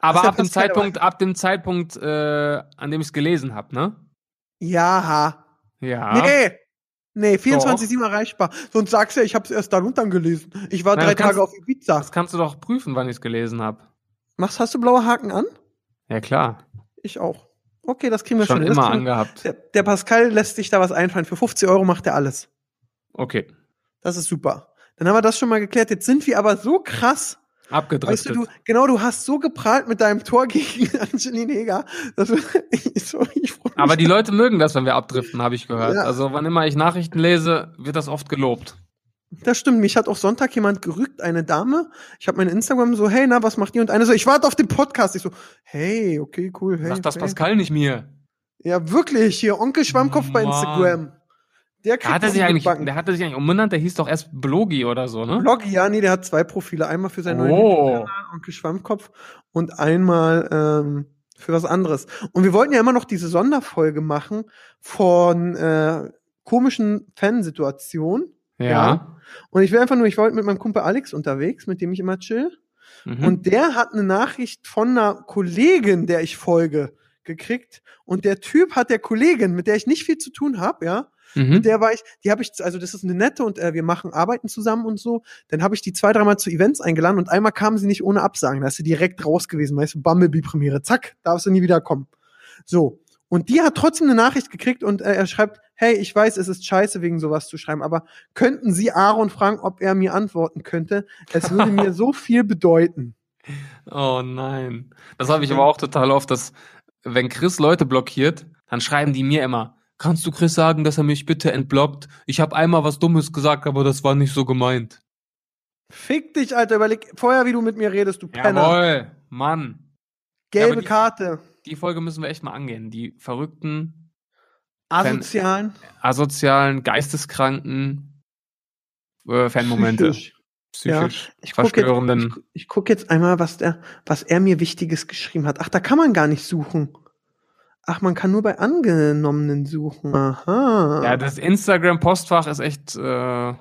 C: Aber
B: Ist ja
C: ab dem
B: Pascal dabei.
C: Zeitpunkt, ab dem Zeitpunkt, äh, an dem ich es gelesen habe, ne?
B: Ja.
C: Ja.
B: Nee. Nee, 24-7
C: Doch.
B: erreichbar. Sonst sagst du ja, ich hab's erst dann und dann gelesen. Ich war
C: Na,
B: drei
C: du kannst-
B: Tage auf Ibiza.
C: Das kannst du doch prüfen, wann ich es gelesen habe.
B: Machst, hast du blaue Haken an?
C: Ja klar.
B: Ich auch. Okay, das kriegen wir
C: Schon
B: hin. Das
C: immer
B: kriegen wir-
C: angehabt.
B: der, der Pascal lässt sich da was einfallen. Für 50 Euro macht er alles.
C: Okay.
B: Das ist super. Dann haben wir das schon mal geklärt. Jetzt sind wir aber so krass. Weißt
C: Abgedriftet.
B: du, du, genau, du hast so geprahlt mit deinem Tor gegen Angeline Heger. Das, ich, sorry, ich freu mich.
C: Aber die Leute mögen das, wenn wir abdriften, habe ich gehört.
B: Ja.
C: Also wann immer ich Nachrichten lese, wird das oft gelobt.
B: das stimmt. Mich hat auch Sonntag jemand gerügt, eine Dame. Ich habe mein Instagram so, hey, na, was macht ihr? Und eine so, ich warte auf den Podcast. Ich so, hey, okay, cool, hey.
C: Sagt das
B: hey.
C: Pascal nicht mir.
B: Ja, wirklich, hier, Onkel Schwammkopf bei
C: Mann.
B: Instagram. Der
C: Da hat er
B: das
C: sich eigentlich,
B: gebacken.
C: der hatte sich eigentlich umbenannt, der hieß doch erst Blogi oder so, ne?
B: Blog, ja, nee, der hat zwei Profile. Einmal für seinen neuen
C: Oh.
B: Onkel Schwammkopf und einmal ähm, für was anderes. Und wir wollten ja immer noch diese Sonderfolge machen von äh, komischen Fansituationen.
C: Ja.
B: Und ich will einfach nur, ich war heute mit meinem Kumpel Alex unterwegs, mit dem ich immer chill.
C: Mhm.
B: Und der hat eine Nachricht von einer Kollegin, der ich folge, gekriegt. Und der Typ hat der Kollegin, mit der ich nicht viel zu tun habe, ja,
C: mhm.
B: mit der war ich, die habe ich, also das ist eine nette und äh, wir machen Arbeiten zusammen und so. Dann habe ich die zwei, dreimal zu Events eingeladen und einmal kam sie nicht ohne Absagen. Da ist sie direkt raus gewesen, weißt du, Bumblebee-Premiere, zack, darfst du nie wieder kommen. So. Und die hat trotzdem eine Nachricht gekriegt und äh, er schreibt, hey, ich weiß, es ist scheiße, wegen sowas zu schreiben, aber könnten Sie Aaron fragen, ob er mir antworten könnte? Es würde mir so viel bedeuten.
C: Oh nein. Das habe ich aber auch total oft, dass wenn Chris Leute blockiert, dann schreiben die mir immer, kannst du Chris sagen, dass er mich bitte entblockt? Ich habe einmal was Dummes gesagt, aber das war nicht so gemeint.
B: Fick dich, Alter, überleg vorher, wie du mit mir redest, du Penner.
C: Jawohl, Mann. Ja,
B: Gelbe
C: aber die-
B: Karte.
C: Die Folge müssen wir echt mal angehen. Die verrückten,
B: Asozialen.
C: asozialen, geisteskranken äh, Fanmomente.
B: Psychisch.
C: psychisch
B: Ich gucke jetzt,
C: verstörenden.
B: ich, gu- ich guck jetzt einmal, was, der, was er mir Wichtiges geschrieben hat. Ach, da kann man gar nicht suchen. Ach, man kann nur bei Angenommenen suchen. Aha.
C: ja, das Instagram-Postfach ist echt äh,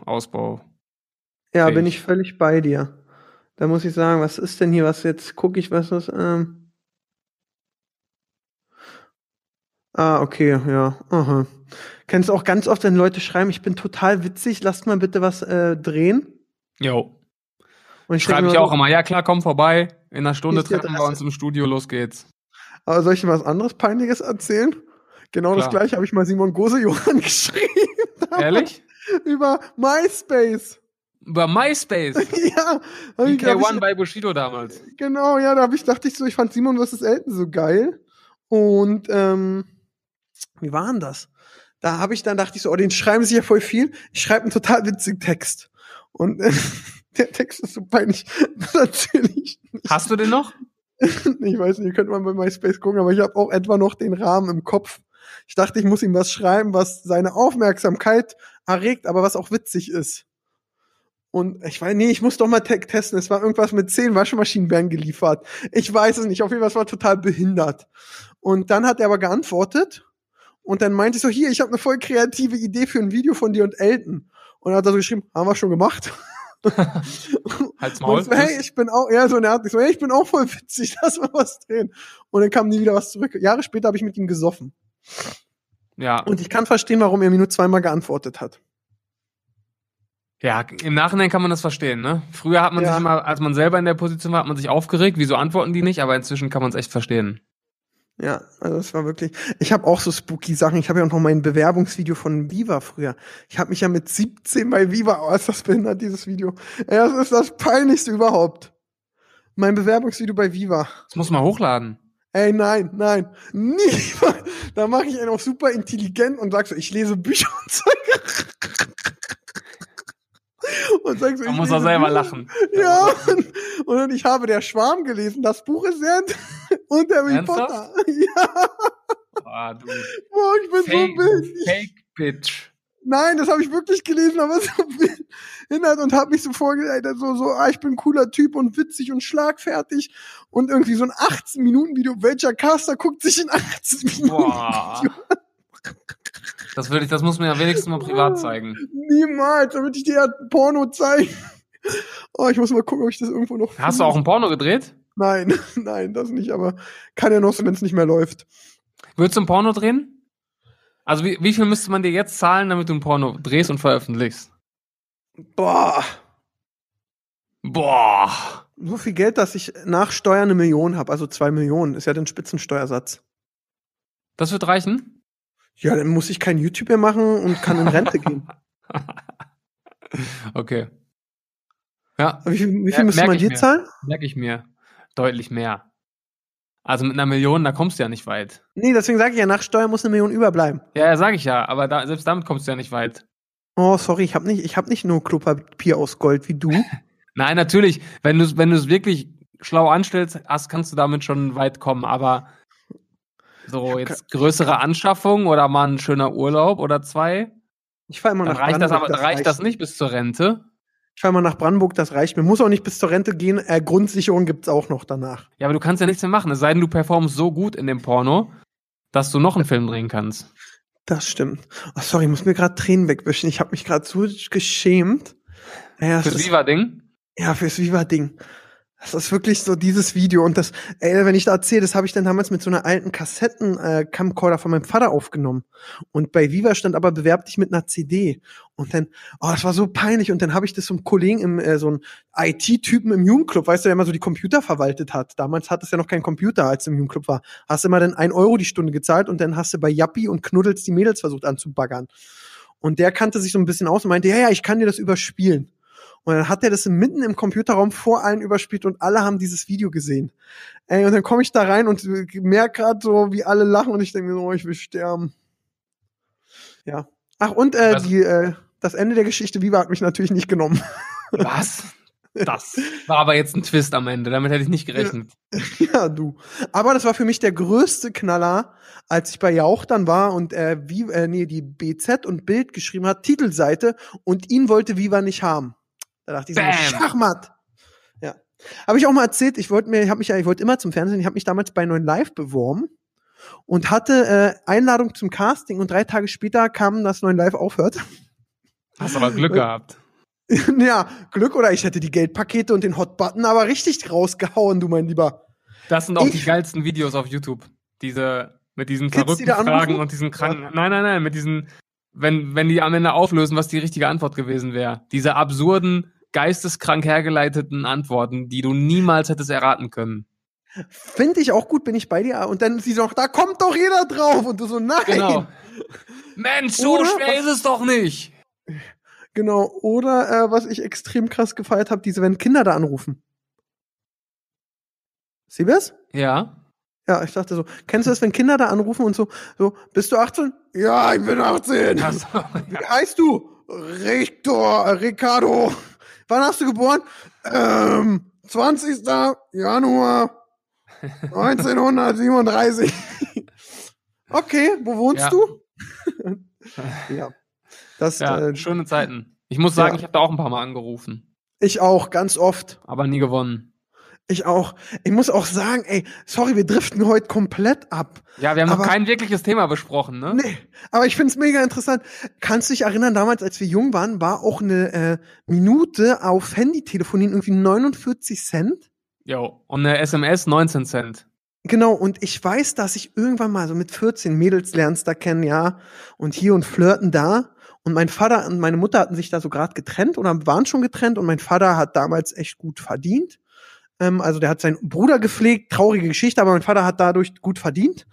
C: Ausbau.
B: Ja,
C: Sehe
B: bin
C: ich.
B: ich völlig bei dir. Da muss ich sagen, was ist denn hier, was jetzt gucke ich, was ist, ähm. Ah, okay, ja. Aha. Kennst du auch ganz oft, wenn Leute schreiben, ich bin total witzig, lasst mal bitte was äh, drehen.
C: Jo.
B: Und denk
C: Schreibe
B: mir
C: ich
B: so,
C: auch immer. Ja, klar, komm vorbei. In einer Stunde
B: Hier ist die
C: treffen wir
B: Adresse.
C: uns im Studio, los geht's.
B: Aber soll ich dir was anderes Peinliches erzählen? Genau das
C: Klar.
B: gleiche habe ich mal Simon Gose-Johann geschrieben
C: Ehrlich?
B: über MySpace.
C: Über MySpace.
B: ja, hab ich, hab
C: DK1
B: ich,
C: bei Bushido damals.
B: genau, ja, da hab ich, dachte ich so, ich fand Simon vs. Elton so geil. Und ähm, wie war denn das? Da habe ich dann dachte ich so, oh, den schreiben sie ja voll viel. Ich schreibe einen total witzigen Text. Und äh, der Text ist so peinlich. Natürlich.
C: Hast du den noch?
B: Ich weiß nicht, könnte man bei MySpace gucken, aber ich habe auch etwa noch den Rahmen im Kopf. Ich dachte, ich muss ihm was schreiben, was seine Aufmerksamkeit erregt, aber was auch witzig ist. Und ich weiß, nee, ich muss doch mal te testen. Es war irgendwas mit zehn Waschmaschinen werden geliefert. Ich weiß es nicht. Auf jeden Fall, es war total behindert. Und dann hat er aber geantwortet. Und dann meinte ich so, hier, ich habe eine voll kreative Idee für ein Video von dir und Elton. Und dann hat er so geschrieben, haben wir schon gemacht.
C: Halt's Maul.
B: Und so, hey, ich bin auch, ja, so eine Art, ich so, hey, ich bin auch voll witzig, lass mal was drehen. Und dann kam nie wieder was zurück. Jahre später habe ich mit ihm gesoffen.
C: ja.
B: Und ich kann verstehen, warum er mir nur zweimal geantwortet hat.
C: Ja, im Nachhinein kann man das verstehen, ne? Früher hat man
B: Ja.
C: sich immer, als man selber in der Position war, hat man sich aufgeregt, wieso antworten die nicht, aber inzwischen kann man es echt verstehen.
B: Ja, also es war wirklich. Ich habe auch so spooky Sachen. Ich habe ja auch noch mein Bewerbungsvideo von Viva früher. Ich habe mich ja mit 17 bei Viva, oh, ist das behindert, dieses Video. Ey, das ist das peinlichste überhaupt. Mein Bewerbungsvideo bei Viva.
C: Das muss man hochladen.
B: Ey, nein, nein, nie. Da mache ich einen auch super intelligent und sag so, ich lese Bücher und sag, und sag so,
C: Man
B: ich
C: muss auch
B: lese
C: selber
B: Bücher.
C: lachen.
B: Ja, und, und dann, ich habe der Schwarm gelesen, das Buch ist sehr int- und Harry
C: Ernsthaft?
B: Potter. Ja,
C: Ah, du
B: boah, ich bin
C: Fake,
B: so wild. Ich-
C: Fake Bitch.
B: Nein, das habe ich wirklich gelesen, aber so behindert und habe mich so vorgeleitet, so, so, ah, ich bin ein cooler Typ und witzig und schlagfertig und irgendwie so ein 18-Minuten-Video, welcher Caster guckt sich in 18 Minuten
C: Boah. Das würde ich, das muss man ja wenigstens mal privat zeigen.
B: Niemals, damit ich dir ja Porno zeige. Oh, ich muss mal gucken, ob ich das irgendwo noch.
C: Hast
B: finde.
C: du auch ein Porno gedreht?
B: Nein, nein, das nicht, aber kann ja noch so, wenn es nicht mehr läuft.
C: Würdest du ein Porno drehen? Also wie, wie viel müsste man dir jetzt zahlen, damit du ein Porno drehst und veröffentlichst?
B: Boah,
C: Boah.
B: so viel Geld, dass ich nach Steuer eine Million habe, also zwei Millionen, ist ja den Spitzensteuersatz.
C: Das wird reichen?
B: Ja, dann muss ich kein YouTube mehr machen und kann in Rente gehen.
C: Okay. Ja,
B: Aber Wie viel, wie viel
C: Ja,
B: müsste
C: merk
B: man
C: ich
B: dir
C: mir.
B: zahlen?
C: merke ich mir. Deutlich mehr. Also mit einer Million, da kommst du ja nicht weit.
B: Nee, deswegen sage ich ja, nach Steuer muss eine Million überbleiben.
C: Ja, ja, sage ich ja, aber da, selbst damit kommst du ja nicht weit.
B: Oh, sorry, ich habe nicht, ich habe nicht nur Klopapier aus Gold wie du.
C: Nein, natürlich, wenn du es wenn du's wirklich schlau anstellst, hast, kannst du damit schon weit kommen, aber so jetzt größere Anschaffung oder mal ein schöner Urlaub oder zwei,
B: Ich fahre immer
C: dann
B: nach
C: reicht das aber
B: Brandenburg,
C: reicht, das nicht bis zur Rente.
B: Ich fahre mal nach Brandenburg, das reicht mir. Muss auch nicht bis zur Rente gehen. Äh, Grundsicherung gibt's auch noch danach.
C: Ja, aber du kannst ja nichts mehr machen, es sei denn, du performst so gut in dem Porno, dass du noch einen Film drehen kannst.
B: Das stimmt. Oh, sorry, ich muss mir gerade Tränen wegwischen. Ich habe mich gerade so geschämt. Ja, das
C: Fürs
B: ist,
C: Viva-Ding.
B: ja, fürs Viva-Ding. Das ist wirklich so dieses Video. Und das, ey, wenn ich da erzähle, das habe ich dann damals mit so einer alten Kassetten-Camcorder von meinem Vater aufgenommen. Und bei Viva stand aber, bewerb dich mit einer CD. Und dann, oh, das war so peinlich. Und dann habe ich das so einem Kollegen, im, äh, so einem IT-Typen im Jugendclub, weißt du, der immer so die Computer verwaltet hat. Damals hat es ja noch keinen Computer, als es im Jugendclub war. Hast immer dann ein Euro die Stunde gezahlt und dann hast du bei Yappi und Knuddels die Mädels versucht anzubaggern. Und der kannte sich so ein bisschen aus und meinte, ja, ja, ich kann dir das überspielen. Und dann hat er das mitten im Computerraum vor allen überspielt und alle haben dieses Video gesehen. Ey, und dann komme ich da rein und merke gerade so, wie alle lachen und ich denke mir so, oh, ich will sterben. Ja. Ach, und äh,
C: Was-
B: die, äh, das Ende der Geschichte, Viva hat mich natürlich nicht genommen.
C: Was? Das war aber jetzt ein Twist am Ende, damit hätte ich nicht gerechnet.
B: ja, du. Aber das war für mich der größte Knaller, als ich bei Jauch dann war und äh, wie, äh, nee, die BZ und Bild geschrieben hat, Titelseite, und ihn wollte Viva nicht haben. Da dachte ich so, Schachmatt. Ja. Habe ich auch mal erzählt, ich wollte mir, ich habe mich ja, ich wollte immer zum Fernsehen, ich habe mich damals bei 9 Live beworben und hatte äh, Einladung zum Casting und drei Tage später kam, dass 9 Live aufhört.
C: Hast aber
B: Äh,
C: Glück gehabt.
B: ja, Glück oder ich hätte die Geldpakete und den Hot Button aber richtig rausgehauen, du mein Lieber.
C: Das sind auch die
B: Ich-
C: geilsten Videos auf YouTube. Diese mit diesen
B: Kids, die
C: verrückten
B: da anrufen?
C: Fragen und diesen kranken. Nein, nein, nein, mit diesen, wenn, wenn die am Ende auflösen, was die richtige Antwort gewesen wäre. Diese absurden, geisteskrank hergeleiteten Antworten, die du niemals hättest erraten können.
B: Finde ich auch gut, bin ich bei dir. Und dann sie so, da kommt doch jeder drauf. Und du so, nein.
C: Genau. Mensch, so
B: Oder?
C: schwer ist es doch nicht.
B: Genau. Oder äh, was ich extrem krass gefeiert habe, diese, wenn Kinder da anrufen. Siehst du's?
C: Ja.
B: Ja, ich dachte so, kennst du das, wenn Kinder da anrufen und so, so, bist du 18? Ja, ich bin 18.
C: Das,
B: Wie heißt du? Rektor, äh, Ricardo. Wann hast du geboren? Ähm, 20. Januar 1937. okay, wo wohnst
C: Ja.
B: du? ja. Das,
C: ja,
B: äh,
C: schöne Zeiten. Ich muss sagen,
B: Ja.
C: ich habe da auch ein paar Mal angerufen,
B: ich auch, ganz oft.
C: aber nie gewonnen.
B: Ich auch. Ich muss auch sagen, ey, sorry, wir driften heute komplett ab.
C: Ja, wir haben noch
B: Aber-
C: kein wirkliches Thema besprochen, ne?
B: Nee, aber ich find's mega interessant. Kannst du dich erinnern, damals, als wir jung waren, war auch eine äh, Minute auf Handytelefonien irgendwie 49 Cent?
C: Jo. Und eine SMS 19 Cent.
B: Genau, und ich weiß, dass ich irgendwann mal so mit 14 Mädels lernst da kennen, ja, und hier und flirten da. Und mein Vater und meine Mutter hatten sich da so gerade getrennt oder waren schon getrennt und mein Vater hat damals echt gut verdient. Ähm, also der hat seinen Bruder gepflegt, traurige Geschichte, aber mein Vater hat dadurch gut verdient.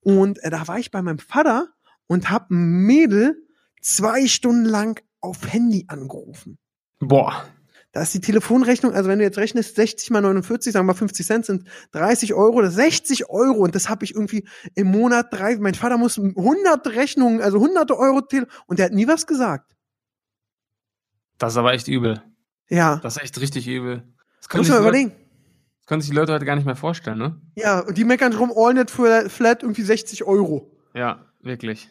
B: Und äh, da war ich bei meinem Vater und hab ein Mädel zwei Stunden lang auf Handy angerufen.
C: Boah.
B: Da ist die Telefonrechnung, also wenn du jetzt rechnest, 60 mal 49, sagen wir mal 50 Cent sind 30 Euro, das ist 60 Euro und das habe ich irgendwie im Monat drei, mein Vater muss 100 Rechnungen, also hunderte Euro Tele und der hat nie was gesagt.
C: Das ist aber echt übel.
B: Ja,
C: Das ist echt richtig übel. Das können,
B: muss
C: sich
B: man
C: die Leute,
B: überlegen.
C: das können sich die Leute heute gar nicht mehr vorstellen, ne?
B: Ja, und die meckern drum, all net fla- flat irgendwie 60 Euro.
C: Ja, wirklich.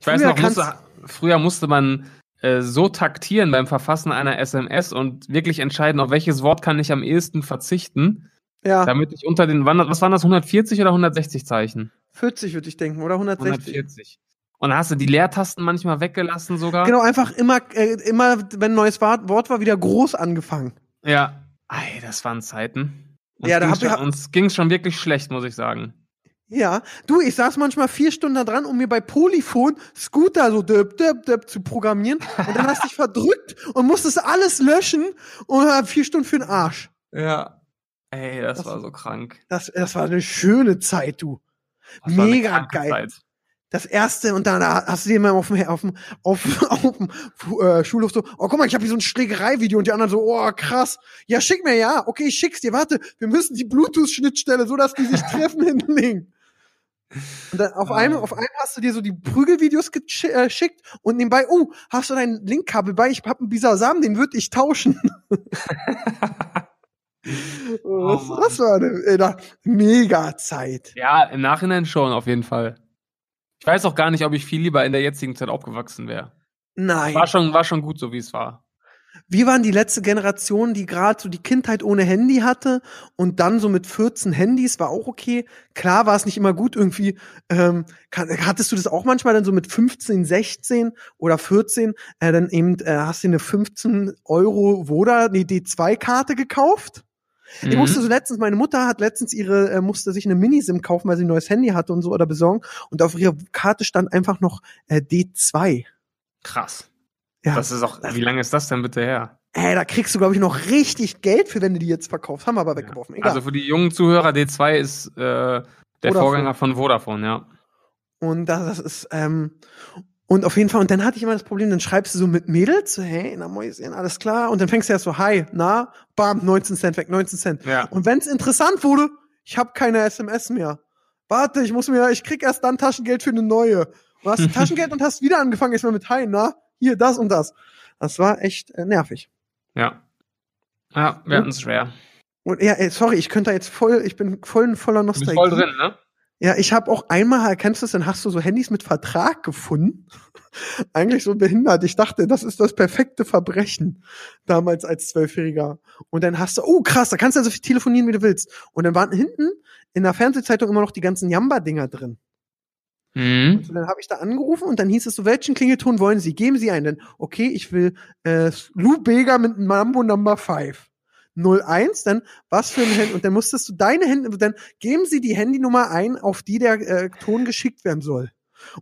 C: Ich weiß
B: Früher
C: noch, musste,
B: kannst-
C: früher musste man äh, so taktieren beim Verfassen einer SMS und wirklich entscheiden, auf welches Wort kann ich am ehesten verzichten,
B: Ja,
C: damit ich unter den, wann- was waren das, 140 oder 160 Zeichen?
B: 40 würde ich denken, oder 160.
C: 140. Und da hast du die Leertasten manchmal weggelassen sogar.
B: Genau, einfach immer, äh, immer, wenn ein neues Wa- Wort war, wieder groß angefangen.
C: Ja. Ei, das waren Zeiten. Uns
B: Ja, da
C: ging's
B: hab ich-
C: schon- uns ging es schon wirklich schlecht, muss ich sagen.
B: Ja, du, ich saß manchmal vier Stunden da dran, um mir bei Polyphon Scooter so döp, döp, döp zu programmieren. Und dann hast du dich verdrückt und musstest alles löschen und war vier Stunden für den Arsch.
C: Ja. Ey, das,
B: Das-
C: war so krank.
B: Das, das war eine schöne Zeit, du.
C: Das war eine
B: Mega
C: kranke
B: geil.
C: Zeit.
B: Das erste und dann hast du dir immer auf dem, auf dem, auf, auf dem Fu- äh, Schulhof so, oh guck mal, ich habe hier so ein Schlägerei-Video und die anderen so, oh krass, ja schick mir, ja, okay, ich schick's dir, warte, wir müssen die Bluetooth-Schnittstelle, so dass die sich treffen, hinlegen. Und dann auf
C: Ah.
B: einem, auf einem hast du dir so die Prügelvideos gesch- äh, geschickt und nebenbei, oh, hast du dein Linkkabel bei, ich hab einen Bisasam, den würde ich tauschen.
C: Oh,
B: das, das war eine, eine mega Zeit.
C: Ja, im Nachhinein schon, auf jeden Fall. Ich weiß auch gar nicht, ob ich viel lieber in der jetzigen Zeit aufgewachsen wäre.
B: Nein.
C: War schon, war schon gut, so wie es war.
B: Wir waren die letzte Generation, die gerade so die Kindheit ohne Handy hatte und dann so mit 14 Handys war auch okay. Klar war es nicht immer gut irgendwie. Ähm, kann, hattest du das auch manchmal dann so mit 15, 16 oder 14? Äh, dann eben äh, hast du eine 15 Euro Voda, nee, D2-Karte gekauft?
C: Mhm.
B: Ich musste so letztens, meine Mutter hat letztens ihre, äh, musste sich eine Minisim kaufen, weil sie ein neues Handy hatte und so oder besorgen und auf ihrer Karte stand einfach noch äh, D2.
C: Krass.
B: Ja.
C: Das ist auch,
B: Das-
C: wie lange ist das denn bitte her?
B: Ey, da kriegst du, glaube ich, noch richtig Geld für, wenn du die jetzt verkaufst. Haben wir aber weggeworfen. Egal.
C: Also für die jungen Zuhörer, D2 ist äh, der
B: Vodafone.
C: Vorgänger von Vodafone, ja.
B: und das, das ist, ähm, und auf jeden Fall, und dann hatte ich immer das Problem, dann schreibst du so mit Mädels, so, hey, na Mäuschen, alles klar. Und dann fängst du erst so, hi, na, bam, 19 Cent weg, 19 Cent.
C: Ja.
B: Und wenn es interessant wurde, ich habe keine SMS mehr. Warte, ich muss mir, ich krieg erst dann Taschengeld für eine neue. Du hast Taschengeld und hast wieder angefangen, erstmal mit, hi, na, hier, das und das. Das war echt äh, nervig.
C: Ja. Ja, wir hatten es schwer.
B: Und ja, ey, sorry, ich könnte da jetzt voll, ich bin voll voller
C: Du bist
B: Nostalgie.
C: voll drin, ne?
B: Ja, ich habe auch einmal, erkennst du es, dann hast du so Handys mit Vertrag gefunden. Eigentlich so behindert. Ich dachte, das ist das perfekte Verbrechen damals als Zwölfjähriger. Und dann hast du, oh krass, da kannst du ja so viel telefonieren, wie du willst. Und dann waren hinten in der Fernsehzeitung immer noch die ganzen Jamba-Dinger drin.
C: Mhm.
B: Und dann habe ich da angerufen und dann hieß es so, welchen Klingelton wollen Sie? Geben Sie einen. Dann, okay, ich will äh, Lou Bega mit Mambo Number 5. 01, dann was für ein Handy. Und dann musstest du deine Handy, dann geben Sie die Handynummer ein, auf die der äh, Ton geschickt werden soll.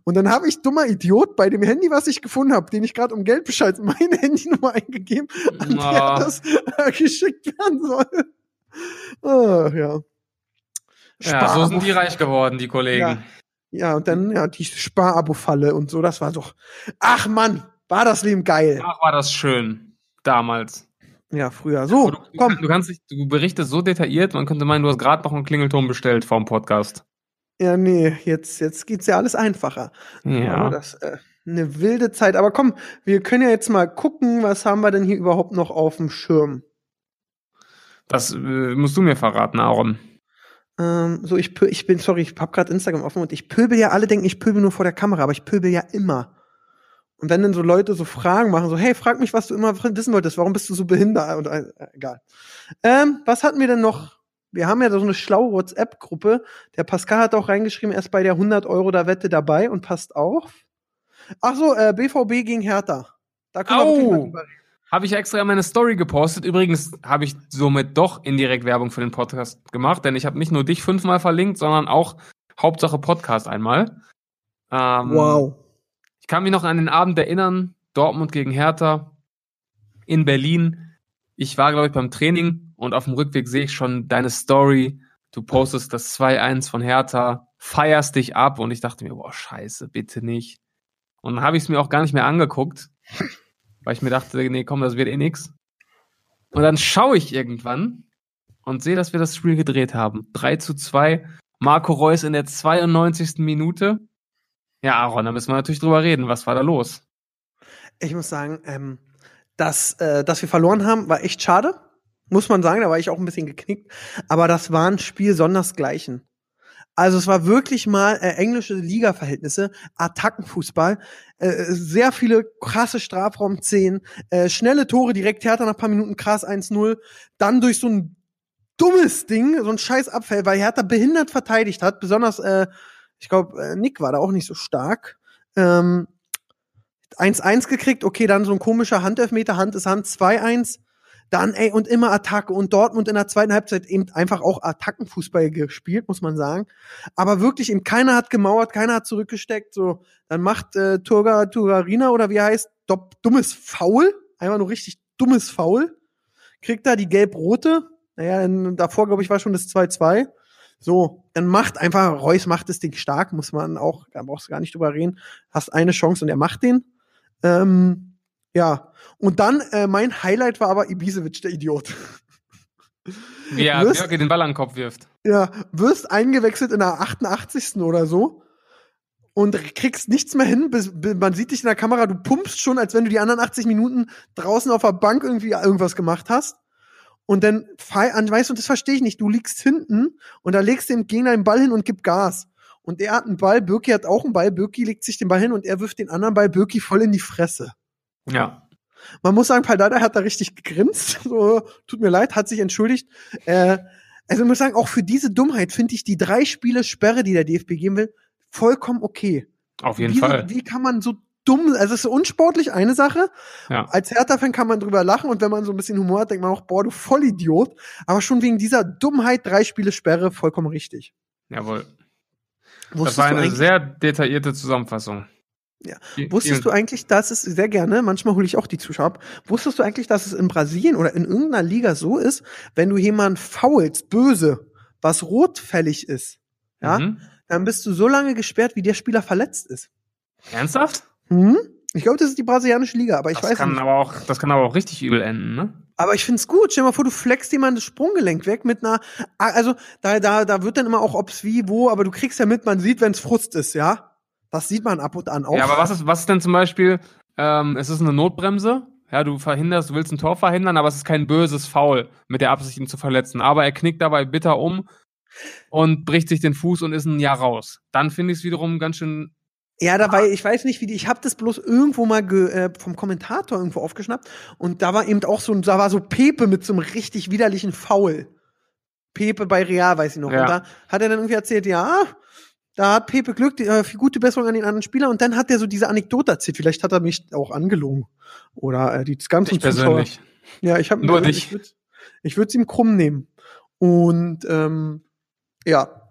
B: Und dann habe ich, dummer Idiot, bei dem Handy, was ich gefunden habe, den ich gerade um Geld bescheid, meine Handynummer eingegeben, an
C: Ah.
B: der das äh, geschickt werden soll. Ah, ja.
C: Ja, so sind
B: Sparabo-
C: die reich geworden, die Kollegen.
B: Ja. Ja, und dann, ja, die Sparabo-Falle und so, das war doch. Ach Mann, war das Leben geil.
C: Ach, war das schön. Damals.
B: Ja, früher. So,
C: du,
B: komm.
C: Du, kannst dich, du berichtest so detailliert, man könnte meinen, du hast gerade noch einen Klingelton bestellt vom Podcast.
B: Ja, nee, jetzt, jetzt geht's ja alles einfacher.
C: Ja.
B: das, äh, eine wilde Zeit. Aber komm, wir können ja jetzt mal gucken, was haben wir denn hier überhaupt noch auf dem Schirm?
C: Das äh, musst du mir verraten, Aaron.
B: Ähm, so, ich, pö- ich bin, sorry, ich hab gerade Instagram offen und ich pöbel ja, alle denken, ich pöbel nur vor der Kamera, aber ich pöbel ja immer. Und wenn dann so Leute so Fragen machen, so, hey, frag mich, was du immer wissen wolltest, warum bist du so behindert? Und, äh, egal. Ähm, was hatten wir denn noch? Wir haben ja so eine schlaue WhatsApp-Gruppe. Der Pascal hat auch reingeschrieben, er ist bei der 100 Euro da Wette dabei und passt auf. Ach so, äh, BVB gegen Hertha. Da können
C: Au!
B: wir wirklich mal drüber reden.
C: Habe ich extra in meine Story gepostet. Übrigens habe ich somit doch indirekt Werbung für den Podcast gemacht, denn ich habe nicht nur dich fünfmal verlinkt, sondern auch Hauptsache Podcast einmal. Ähm,
B: Wow.
C: Ich kann mich noch an den Abend erinnern, Dortmund gegen Hertha in Berlin. Ich war, glaube ich, beim Training und auf dem Rückweg sehe ich schon deine Story. Du postest das 2-1 von Hertha, feierst dich ab und ich dachte mir, boah, scheiße, bitte nicht. Und dann habe ich es mir auch gar nicht mehr angeguckt, weil ich mir dachte, nee, komm, das wird eh nix. Und dann schaue ich irgendwann und sehe, dass wir das Spiel gedreht haben. 3 zu 2, Marco Reus in der 92. Minute. Ja, Aaron, da müssen wir natürlich drüber reden. Was war da los?
B: Ich muss sagen, ähm, dass, äh, dass wir verloren haben, war echt schade. Muss man sagen, da war ich auch ein bisschen geknickt. Aber das war ein Spiel sondersgleichen. Also es war wirklich mal äh, englische Liga-Verhältnisse, Attackenfußball, äh, sehr viele krasse Strafraumszenen, äh, schnelle Tore, direkt Hertha nach ein paar Minuten krass 1-0, dann durch so ein dummes Ding, so ein scheiß Abfall, weil Hertha behindert verteidigt hat, besonders, äh, ich glaube, äh, Nick war da auch nicht so stark. Ähm, 1-1 gekriegt, okay, dann so ein komischer Handelfmeter, Hand ist Hand, 2-1, dann ey, und immer Attacke und Dortmund in der zweiten Halbzeit eben einfach auch Attackenfußball gespielt, muss man sagen, aber wirklich eben keiner hat gemauert, keiner hat zurückgesteckt, so, dann macht äh, Turga Turgarina oder wie er heißt, dopp, dummes Foul, einfach nur richtig dummes Foul, kriegt da die gelb-rote, naja, in, davor glaube ich war schon das 2-2, so, dann macht einfach, Reus macht das Ding stark, muss man auch, da brauchst du gar nicht drüber reden, hast eine Chance und er macht den, ähm, ja, und dann äh, mein Highlight war aber Ibisevic, der Idiot.
C: Wie er
B: Wirst-
C: Björke den Ball an den Kopf wirft.
B: ja, wirst eingewechselt in der 88. oder so und kriegst nichts mehr hin. Bis, bis, man sieht dich in der Kamera, du pumpst schon, als wenn du die anderen 80 Minuten draußen auf der Bank irgendwie irgendwas gemacht hast. Und dann, fei- an- weißt du, und das verstehe ich nicht, du liegst hinten und da legst du dem Gegner den Ball hin und gib Gas. Und er hat einen Ball, Birki hat auch einen Ball, Birki legt sich den Ball hin und er wirft den anderen Ball Birki voll in die Fresse.
C: Ja.
B: Man muss sagen, Paldada hat da richtig gegrinst. So, tut mir leid, hat sich entschuldigt. Äh, also ich muss sagen, auch für diese Dummheit finde ich die drei Spiele Sperre, die der DFB geben will, vollkommen okay.
C: Auf jeden
B: wie,
C: Fall.
B: Wie kann man so dumm, also es ist unsportlich eine Sache.
C: Ja.
B: Als Hertha-Fan kann man drüber lachen und wenn man so ein bisschen Humor hat, denkt man auch, boah, du Vollidiot. Aber schon wegen dieser Dummheit drei Spiele Sperre vollkommen richtig.
C: Jawohl. Das
B: Wusstest
C: war
B: du
C: eine
B: eigentlich-
C: sehr detaillierte Zusammenfassung.
B: Ja.
C: Vielen-
B: Wusstest du
C: vielen-
B: eigentlich, dass es sehr gerne, manchmal hole ich auch die Zuschauer ab, wusstest du eigentlich, dass es in Brasilien oder in irgendeiner Liga so ist, wenn du jemanden faulst, böse, was rotfällig ist, ja,
C: Mhm.
B: dann bist du so lange gesperrt, wie der Spieler verletzt ist.
C: Ernsthaft?
B: Hm? Ich glaube, das ist die brasilianische Liga, aber ich
C: das
B: weiß
C: kann
B: nicht.
C: aber auch, das kann aber auch richtig übel enden, ne?
B: Aber ich find's gut. Stell dir mal vor, du flexst jemand das Sprunggelenk weg mit einer, also da, da, da wird dann immer auch ob's wie, wo, aber du kriegst ja mit, man sieht, wenn's Frust ist, ja. Das sieht man ab und an auch.
C: Ja, aber was ist, was ist denn zum Beispiel, ähm, es ist eine Notbremse, ja, du verhinderst, du willst ein Tor verhindern, aber es ist kein böses Foul mit der Absicht, ihn zu verletzen. Aber er knickt dabei bitter um und bricht sich den Fuß und ist ein Jahr raus. Dann finde ich es wiederum ganz schön.
B: Ja, dabei, ich weiß nicht, wie die, ich habe das bloß irgendwo mal ge, äh, vom Kommentator irgendwo aufgeschnappt und da war eben auch so, ein- da war so Pepe mit so einem richtig widerlichen Foul. Pepe bei Real, weiß ich noch.
C: Ja.
B: Und da hat er dann irgendwie erzählt, ja, da hat Pepe Glück, die, äh, viel gute Besserung an den anderen Spieler und dann hat er so diese Anekdote erzählt. Vielleicht hat er mich auch angelogen. Oder äh, die ganzen
C: Ich persönlich.
B: Ja, ich habe
C: Nur
B: Ich würde ich würd's ihm krumm nehmen. Und ähm, ja,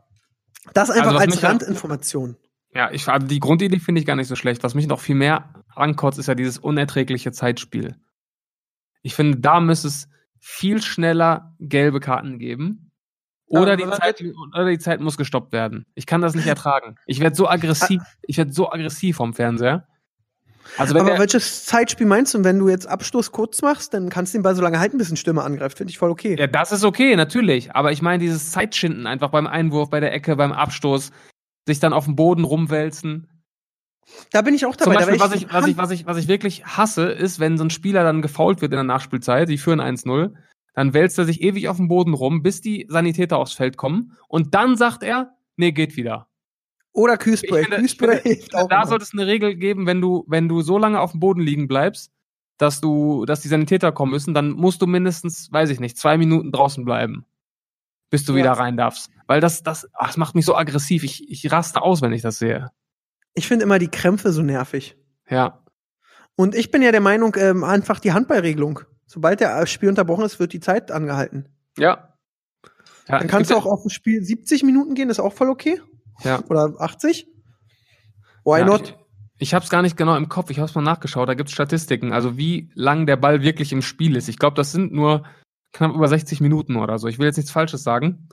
B: das einfach
C: Also, was
B: als
C: mich halt-
B: Randinformation.
C: Ja, ich, also die Grundidee finde ich gar nicht so schlecht. Was mich noch viel mehr ankotzt, ist ja dieses unerträgliche Zeitspiel. Ich finde, da müsste es viel schneller gelbe Karten geben. Oder
B: Ja,
C: die,
B: aber
C: Zeit, oder die Zeit muss gestoppt werden. Ich kann das nicht ertragen. Ich werde so aggressiv, ich werde so aggressiv vom Fernseher. Also wenn
B: Ah. Aber
C: der,
B: welches Zeitspiel meinst du? Und wenn du jetzt Abstoß kurz machst, dann kannst du den Ball so lange halten, bis ein Stürmer angreift. Finde ich voll okay.
C: ja, das ist okay, natürlich. Aber ich meine, dieses Zeitschinden einfach beim Einwurf, bei der Ecke, beim Abstoß, sich dann auf dem Boden rumwälzen.
B: Da bin ich auch
C: Zum
B: dabei.
C: Beispiel,
B: da
C: was
B: wär
C: ich, was, ich, was, ich, was ich wirklich hasse, ist, wenn so ein Spieler dann gefault wird in der Nachspielzeit, die führen 1-0, dann wälzt er sich ewig auf dem Boden rum, bis die Sanitäter aufs Feld kommen und dann sagt er, nee, geht wieder.
B: Oder Küsspray.
C: Ich finde- ich finde-
B: Küsspray hilft auch.
C: da
B: immer.
C: sollte es eine Regel geben, wenn du, wenn du so lange auf dem Boden liegen bleibst, dass du, dass die Sanitäter kommen müssen, dann musst du mindestens, weiß ich nicht, zwei Minuten draußen bleiben, bis du
B: Ja.
C: wieder rein darfst. Weil das, das, ach, das macht mich so aggressiv. Ich, ich raste aus, wenn ich das sehe.
B: Ich finde immer die Krämpfe so nervig.
C: Ja.
B: Und ich bin ja der Meinung, ähm, einfach die Handballregelung. Sobald der äh, Spiel unterbrochen ist, wird die Zeit angehalten.
C: Ja. ja
B: Dann kannst du auch auf ein Spiel 70 Minuten gehen, ist auch voll okay.
C: Ja.
B: Oder 80. Why
C: Ja,
B: not?
C: Ich, ich habe es gar nicht genau im Kopf. Ich habe es mal nachgeschaut. Da gibt's Statistiken. Also wie lang der Ball wirklich im Spiel ist. Ich glaube, das sind nur knapp über 60 Minuten oder so. Ich will jetzt nichts Falsches sagen.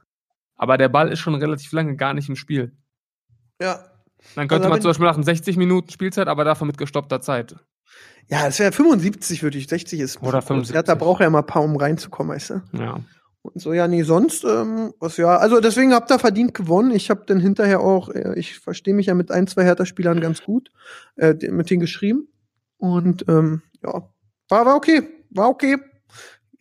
C: Aber der Ball ist schon relativ lange gar nicht im Spiel.
B: Ja.
C: Dann könnte
B: Also
C: man
B: wenn-
C: zum Beispiel machen 60 Minuten Spielzeit, aber dafür mit gestoppter Zeit.
B: Ja, es wäre 75, würde ich. 60 ist.
C: Oder 75.
B: Ja, da braucht er immer ein paar, um reinzukommen, weißt du?
C: Ja.
B: Und so, ja, nee, sonst, ähm, was ja. Also deswegen habt ihr verdient gewonnen. Ich habe dann hinterher auch, äh, ich verstehe mich ja mit ein, zwei Hertha-Spielern ganz gut, äh, d- mit denen geschrieben. Und ähm, ja, war, war okay. War okay.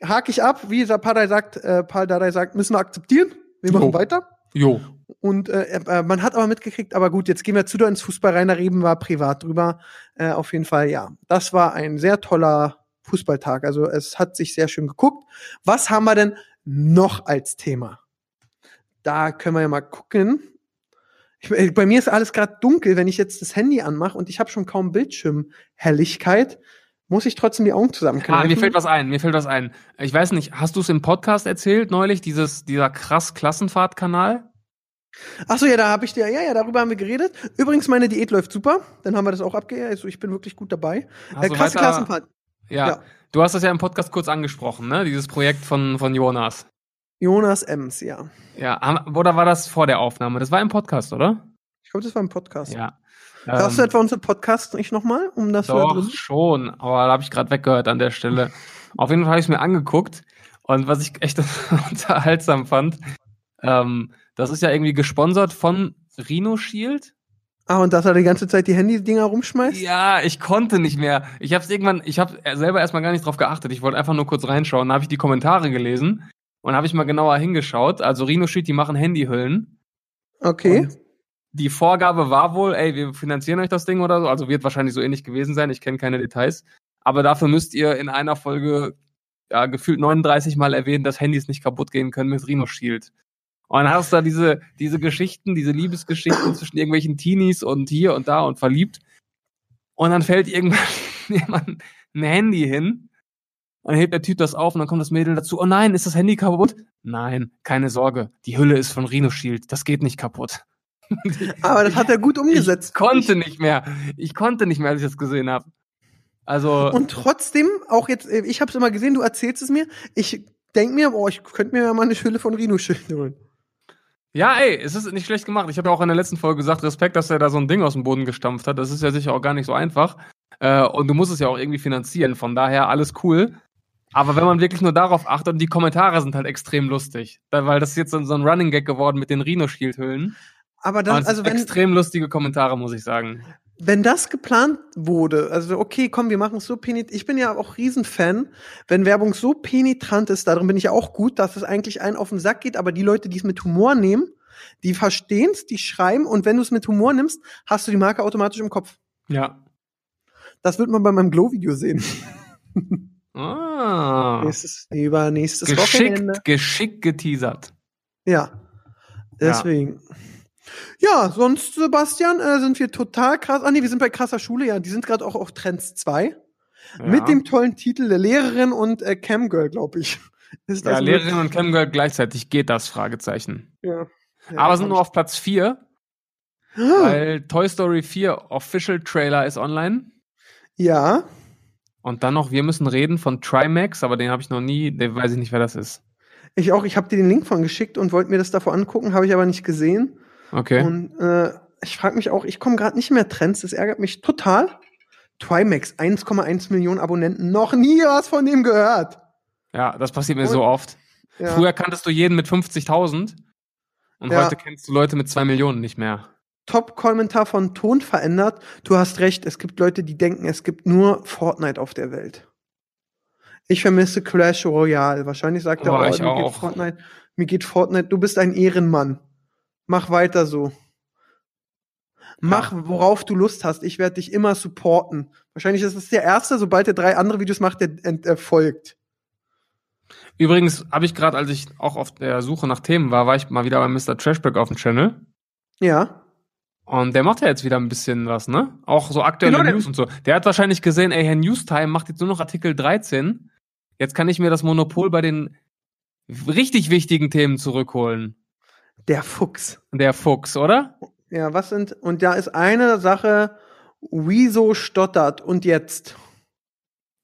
B: Hake ich ab, wie dieser Padai sagt, äh, Padai sagt, müssen wir akzeptieren. Wir machen
C: Jo.
B: weiter.
C: Jo.
B: Und äh, äh, man hat aber mitgekriegt, aber gut, jetzt gehen wir zu dir ins Fußball. Rainer Reben war privat drüber. Äh, auf jeden Fall, ja. Das war ein sehr toller Fußballtag. Also es hat sich sehr schön geguckt. Was haben wir denn noch als Thema? Da können wir ja mal gucken. Ich, äh, bei mir ist alles gerade dunkel, wenn ich jetzt das Handy anmache und ich habe schon kaum Bildschirmhelligkeit, muss ich trotzdem die Augen
C: Ah,
B: zusammenkneifen.
C: mir fällt was ein. Mir fällt was ein. Ich weiß nicht, hast du es im Podcast erzählt neulich, dieses, dieser krass Klassenfahrtkanal?
B: Ach so, ja, da habe ich dir, ja, ja, darüber haben wir geredet. Übrigens, meine Diät läuft super. Dann haben wir das auch abge... Also ich bin wirklich gut dabei.
C: Hast
B: äh,
C: du
B: krasse
C: weiter-
B: Klassenfahrt.
C: Ja.
B: Ja.
C: Du hast das ja im Podcast kurz angesprochen, ne? Dieses Projekt von, von Jonas.
B: Jonas Ems, ja.
C: Ja, haben- oder war das vor der Aufnahme? Das war im Podcast, oder?
B: Ich glaube, das war im Podcast.
C: Ja.
B: Hörst du
C: Ähm,
B: etwa unseren Podcast nicht nochmal, um das da
C: Doch,
B: drin?
C: schon, aber da habe ich gerade weggehört an der Stelle. Auf jeden Fall habe ich es mir angeguckt und was ich echt unterhaltsam fand, ähm, das ist ja irgendwie gesponsert von Rhino Shield.
B: Ah, und dass er die ganze Zeit die Handy-Dinger rumschmeißt?
C: Ja, ich konnte nicht mehr. Ich habe es irgendwann, ich habe selber erstmal gar nicht drauf geachtet. Ich wollte einfach nur kurz reinschauen. Da habe ich die Kommentare gelesen und habe ich mal genauer hingeschaut. Also Rhino Shield, die machen Handyhüllen.
B: Okay.
C: Und die Vorgabe war wohl, ey, wir finanzieren euch das Ding oder so. Also wird wahrscheinlich so ähnlich gewesen sein. Ich kenne keine Details. Aber dafür müsst ihr in einer Folge ja, gefühlt 39 Mal erwähnen, dass Handys nicht kaputt gehen können mit Rhino Shield. Und dann hast du da diese, diese Geschichten, diese Liebesgeschichten zwischen irgendwelchen Teenies und hier und da und verliebt. Und dann fällt irgendwann jemand ein Handy hin. Und dann hebt der Typ das auf und dann kommt das Mädel dazu. Oh nein, ist das Handy kaputt? Nein, keine Sorge. Die Hülle ist von Rhino Shield. Das geht nicht kaputt.
B: Aber das hat er gut umgesetzt.
C: Ich konnte nicht mehr. Ich konnte nicht mehr, als ich das gesehen habe. Also,
B: Und trotzdem, auch jetzt, äh, ich habe es immer gesehen, du erzählst es mir. Ich denk mir, boah, ich könnte mir ja mal eine Schülle von Rhino-Schild holen.
C: ja, ey, es ist nicht schlecht gemacht. Ich habe ja auch in der letzten Folge gesagt, Respekt, dass er da so ein Ding aus dem Boden gestampft hat. Das ist ja sicher auch gar nicht so einfach. Äh, und du musst es ja auch irgendwie finanzieren. Von daher alles cool. Aber wenn man wirklich nur darauf achtet, und die Kommentare sind halt extrem lustig. Da- Weil das ist jetzt so so ein Running Gag geworden mit den Rhino-Shield-Hüllen.
B: Aber
C: Und
B: das,
C: es
B: also
C: sind
B: wenn,
C: extrem lustige Kommentare, muss ich sagen.
B: wenn das geplant wurde, also okay, komm, wir machen es so penetrant. Ich bin ja auch Riesenfan, wenn Werbung so penetrant ist, darin bin ich ja auch gut, dass es eigentlich einen auf den Sack geht, aber die Leute, die es mit Humor nehmen, die verstehen es, die schreiben und wenn du es mit Humor nimmst, hast du die Marke automatisch im Kopf.
C: Ja.
B: Das wird man bei meinem Glow-Video sehen.
C: Ah.
B: nächstes, übernächstes Wochenende.
C: Geschickt, geschickt geteasert.
B: Ja. Deswegen. Ja, sonst, Sebastian, äh, sind wir total krass. Ah, nee, wir sind bei krasser Schule, ja. Die sind gerade auch auf Trends 2.
C: Ja.
B: Mit dem tollen Titel der Lehrerin und äh, Camgirl, glaube ich. Ist
C: ja,
B: mit-
C: Lehrerin und Camgirl gleichzeitig geht das Fragezeichen.
B: Ja. Ja, Ah.
C: Aber sind nur auf Platz 4, weil Toy Story 4 Official Trailer ist online.
B: Ja.
C: Und dann noch, wir müssen reden von Trimax, aber den habe ich noch nie, den weiß ich nicht, wer das ist.
B: Ich auch, ich habe dir den Link von geschickt und wollte mir das davor angucken, habe ich aber nicht gesehen.
C: Okay.
B: Und äh, ich frage mich auch, ich komme gerade nicht mehr Trends, das ärgert mich total. Trimax, 1,1 Millionen Abonnenten, noch nie was von dem gehört.
C: ja, das passiert mir
B: Und-
C: so oft.
B: Ja.
C: Früher kanntest du jeden mit 50.000 und
B: Ja.
C: heute kennst du Leute mit 2 Millionen nicht mehr.
B: Top-Kommentar von Ton verändert. Du hast recht, es gibt Leute, die denken, es gibt nur Fortnite auf der Welt. Ich vermisse Clash Royale. Wahrscheinlich sagt er,
C: Oh,
B: oh,
C: ich
B: mir
C: auch.
B: geht Fortnite, mir geht Fortnite, du bist ein Ehrenmann. Mach weiter so. Mach, worauf du Lust hast. Ich werde dich immer supporten. Wahrscheinlich ist es der erste, sobald er drei andere Videos macht, der ent- erfolgt.
C: Übrigens habe ich gerade, als ich auch auf der Suche nach Themen war, war ich mal wieder bei Mr. Trashback auf dem Channel.
B: Ja.
C: Und der macht ja jetzt wieder ein bisschen was, ne? Auch so aktuelle
B: Genau, der-
C: News und so. Der hat wahrscheinlich gesehen, ey, Herr Newstime macht jetzt nur noch Artikel 13. Jetzt kann ich mir das Monopol bei den richtig wichtigen Themen zurückholen.
B: Der Fuchs.
C: Der Fuchs, oder?
B: Ja, was sind, und da ist eine Sache, wieso stottert und jetzt?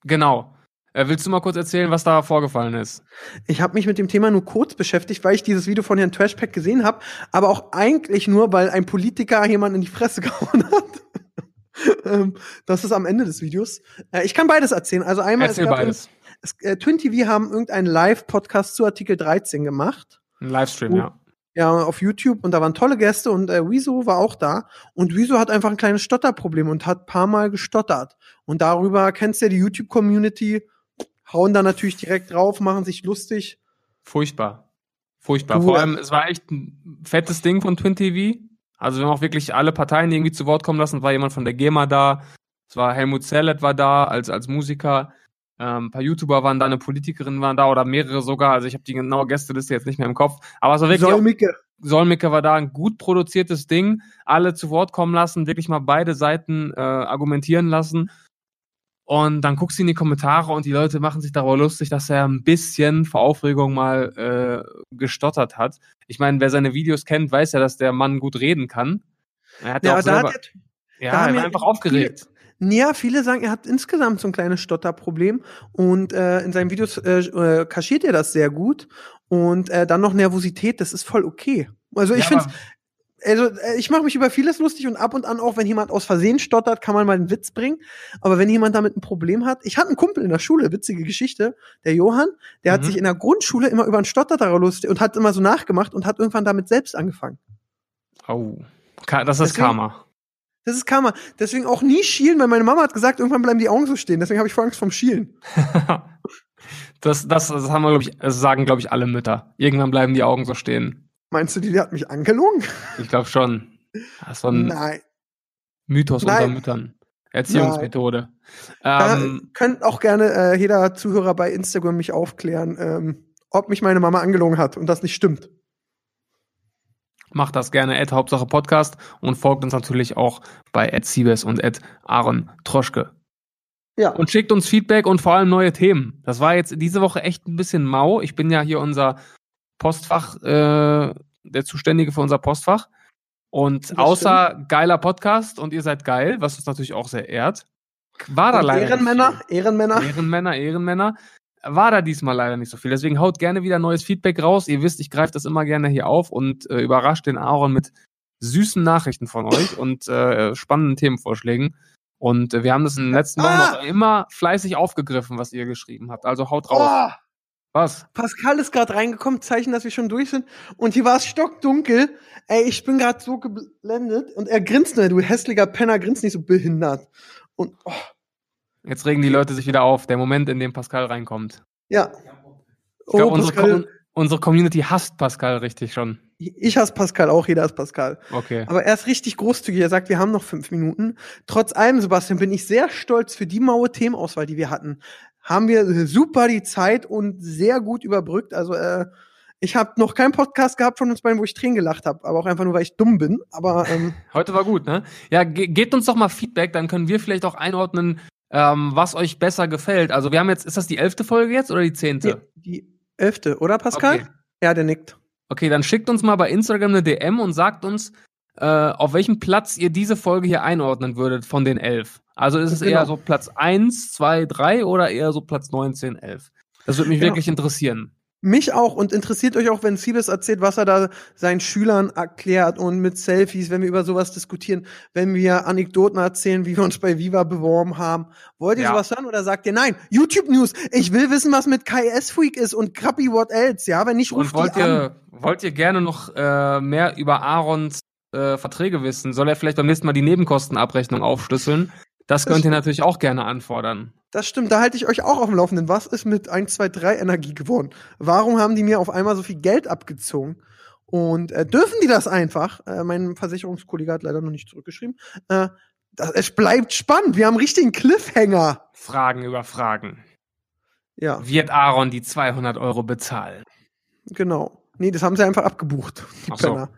C: Genau. Äh, willst du mal kurz erzählen, was da vorgefallen ist?
B: Ich habe mich mit dem Thema nur kurz beschäftigt, weil ich dieses Video von Herrn Trashpack gesehen habe, aber auch eigentlich nur, weil ein Politiker jemanden in die Fresse gehauen hat. Ähm, das ist am Ende des Videos. Äh, Ich kann beides erzählen. Also einmal,
C: Erzähl
B: gab
C: beides.
B: Im, es, äh, Twin TV haben irgendeinen Live-Podcast zu Artikel 13 gemacht.
C: Ein Livestream,
B: Oh.
C: ja.
B: Ja, auf YouTube und da waren tolle Gäste und äh, Wieso war auch da. Und Wieso hat einfach ein kleines Stotterproblem und hat paar Mal gestottert. Und darüber kennst du ja die YouTube-Community, hauen da natürlich direkt drauf, machen sich lustig.
C: Furchtbar. Furchtbar.
B: Du,
C: Vor
B: äh,
C: allem, es war echt ein fettes Ding von Twin TV. Also wir haben auch wirklich alle Parteien irgendwie zu Wort kommen lassen. Es war jemand von der GEMA da. Es war Helmut Zellert war da als, als Musiker. Ähm, ein paar YouTuber waren da, eine Politikerin waren da oder mehrere sogar. Also ich habe die genaue Gästeliste jetzt nicht mehr im Kopf. Aber es war wirklich, auch,
B: Säumige.
C: Solmecke war da, ein gut produziertes Ding. Alle zu Wort kommen lassen, wirklich mal beide Seiten äh, argumentieren lassen. Und dann guckst du in die Kommentare und die Leute machen sich darüber lustig, dass er ein bisschen vor Aufregung mal äh, gestottert hat. Ich meine, wer seine Videos kennt, weiß ja, dass der Mann gut reden kann. Er hat ja,
B: Ja,
C: auch
B: da
C: selber,
B: hat der
C: ja,
B: da haben
C: er war
B: ja
C: einfach
B: viele-
C: aufgeregt.
B: Ja, viele sagen, er hat insgesamt so ein kleines Stotterproblem und äh, in seinen Videos äh, äh, kaschiert er das sehr gut und äh, dann noch Nervosität, das ist voll okay. Also ich
C: ja,
B: finde,
C: aber
B: also äh, ich mache mich über vieles lustig und ab und an auch, wenn jemand aus Versehen stottert, kann man mal einen Witz bringen. Aber wenn jemand damit ein Problem hat, ich hatte einen Kumpel in der Schule, witzige Geschichte, der Johann, der hat
C: Mhm.
B: sich in der Grundschule immer über einen Stotterer lustig und hat immer so nachgemacht und hat irgendwann damit selbst angefangen.
C: Au. Ka- das ist
B: Deswegen-
C: Karma.
B: Das ist Karma. Deswegen auch nie schielen, weil meine Mama hat gesagt, irgendwann bleiben die Augen so stehen. Deswegen habe ich vor Angst vom Schielen.
C: das, das, das haben wir, glaube ich, das sagen, glaube ich, alle Mütter. Irgendwann bleiben die Augen so stehen.
B: Meinst du, die hat mich angelogen?
C: Ich glaube schon. Das ist so ein
B: Nein.
C: Mythos
B: Nein.
C: unter Müttern. Erziehungsmethode. Ähm,
B: da könnt auch gerne äh, jeder Zuhörer bei Instagram mich aufklären, ähm, ob mich meine Mama angelogen hat und das nicht stimmt.
C: macht das gerne, at Hauptsache Podcast und folgt uns natürlich auch bei at Siebes und at Aaron Troschke.
B: Ja.
C: Und schickt uns Feedback und vor allem neue Themen. Das war jetzt diese Woche echt ein bisschen mau. Ich bin ja hier unser Postfach, äh, der Zuständige für unser Postfach. Und
B: Das
C: außer geiler Podcast und ihr seid geil, was uns natürlich auch sehr ehrt, war da
B: Und
C: leider. nicht viel.
B: Ehrenmänner, Ehrenmänner.
C: Ehrenmänner, Ehrenmänner. War da diesmal leider nicht so viel. Deswegen haut gerne wieder neues Feedback raus. Ihr wisst, ich greife das immer gerne hier auf und äh, überrascht den Aaron mit süßen Nachrichten von euch und äh, spannenden Themenvorschlägen. Und äh, wir haben das in den letzten Wochen
B: Ah!
C: auch immer fleißig aufgegriffen, was ihr geschrieben habt. Also haut raus.
B: Oh,
C: Was?
B: Pascal ist gerade reingekommen, Zeichen, dass wir schon durch sind. Und hier war es stockdunkel. Ey, ich bin gerade so geblendet. Und er grinst nur, du hässlicher Penner, grinst nicht so behindert. Und oh,
C: Jetzt regen die Leute sich wieder auf. Der Moment, in dem Pascal reinkommt.
B: ja.
C: Ich glaube,
B: oh,
C: unsere,
B: Pascal,
C: Com unsere Community hasst Pascal richtig schon.
B: ich hasse Pascal auch, jeder hasst Pascal.
C: Okay.
B: Aber er ist richtig großzügig. Er sagt, wir haben noch fünf Minuten. Trotz allem, Sebastian, bin ich sehr stolz für die maue Themenauswahl, die wir hatten. Haben wir äh, super die Zeit und sehr gut überbrückt. Also äh, ich habe noch keinen Podcast gehabt von uns beiden, wo ich Tränen gelacht habe, aber auch einfach nur, weil ich dumm bin. Aber ähm,
C: Heute war gut, ne? Ja, ge gebt uns doch mal Feedback, dann können wir vielleicht auch einordnen, ähm, was euch besser gefällt. Also wir haben jetzt, ist das die elfte Folge jetzt oder die
B: die,
C: zehnte?
B: die elfte, oder Pascal?
C: Okay.
B: Ja, der nickt.
C: okay, dann schickt uns mal bei Instagram eine DM und sagt uns, äh, auf welchem Platz ihr diese Folge hier einordnen würdet von den elf. Also ist es
B: Genau.
C: eher so Platz 1, 2, 3 oder eher so Platz 19, 11? Das würde mich
B: Genau.
C: wirklich interessieren.
B: Mich auch und interessiert euch auch, wenn Siebes erzählt, was er da seinen Schülern erklärt und mit Selfies, wenn wir über sowas diskutieren, wenn wir Anekdoten erzählen, wie wir uns bei Viva beworben haben. Wollt ihr
C: Ja.
B: sowas hören oder sagt ihr nein? YouTube News, ich will wissen, was mit KS Week ist und Krappi What Else, ja, wenn nicht,
C: Und
B: ruft
C: wollt
B: die an.
C: ihr, wollt ihr gerne noch äh, mehr über Aarons äh, Verträge wissen? Soll er vielleicht beim nächsten Mal die Nebenkostenabrechnung aufschlüsseln? Das
B: Das-
C: könnt ihr natürlich auch gerne anfordern.
B: Das stimmt, da halte ich euch auch auf dem Laufenden. Was ist mit 1, 2, 3 Energie geworden? Warum haben die mir auf einmal so viel Geld abgezogen? Und äh, dürfen die das einfach? Äh, mein Versicherungskollege hat leider noch nicht zurückgeschrieben. Äh, das, es bleibt spannend. Wir haben einen richtigen Cliffhanger.
C: Fragen über Fragen.
B: Ja,
C: Wird Aaron die 200 Euro bezahlen?
B: genau. Nee, das haben sie einfach abgebucht. Die
C: Ach so.
B: Penner.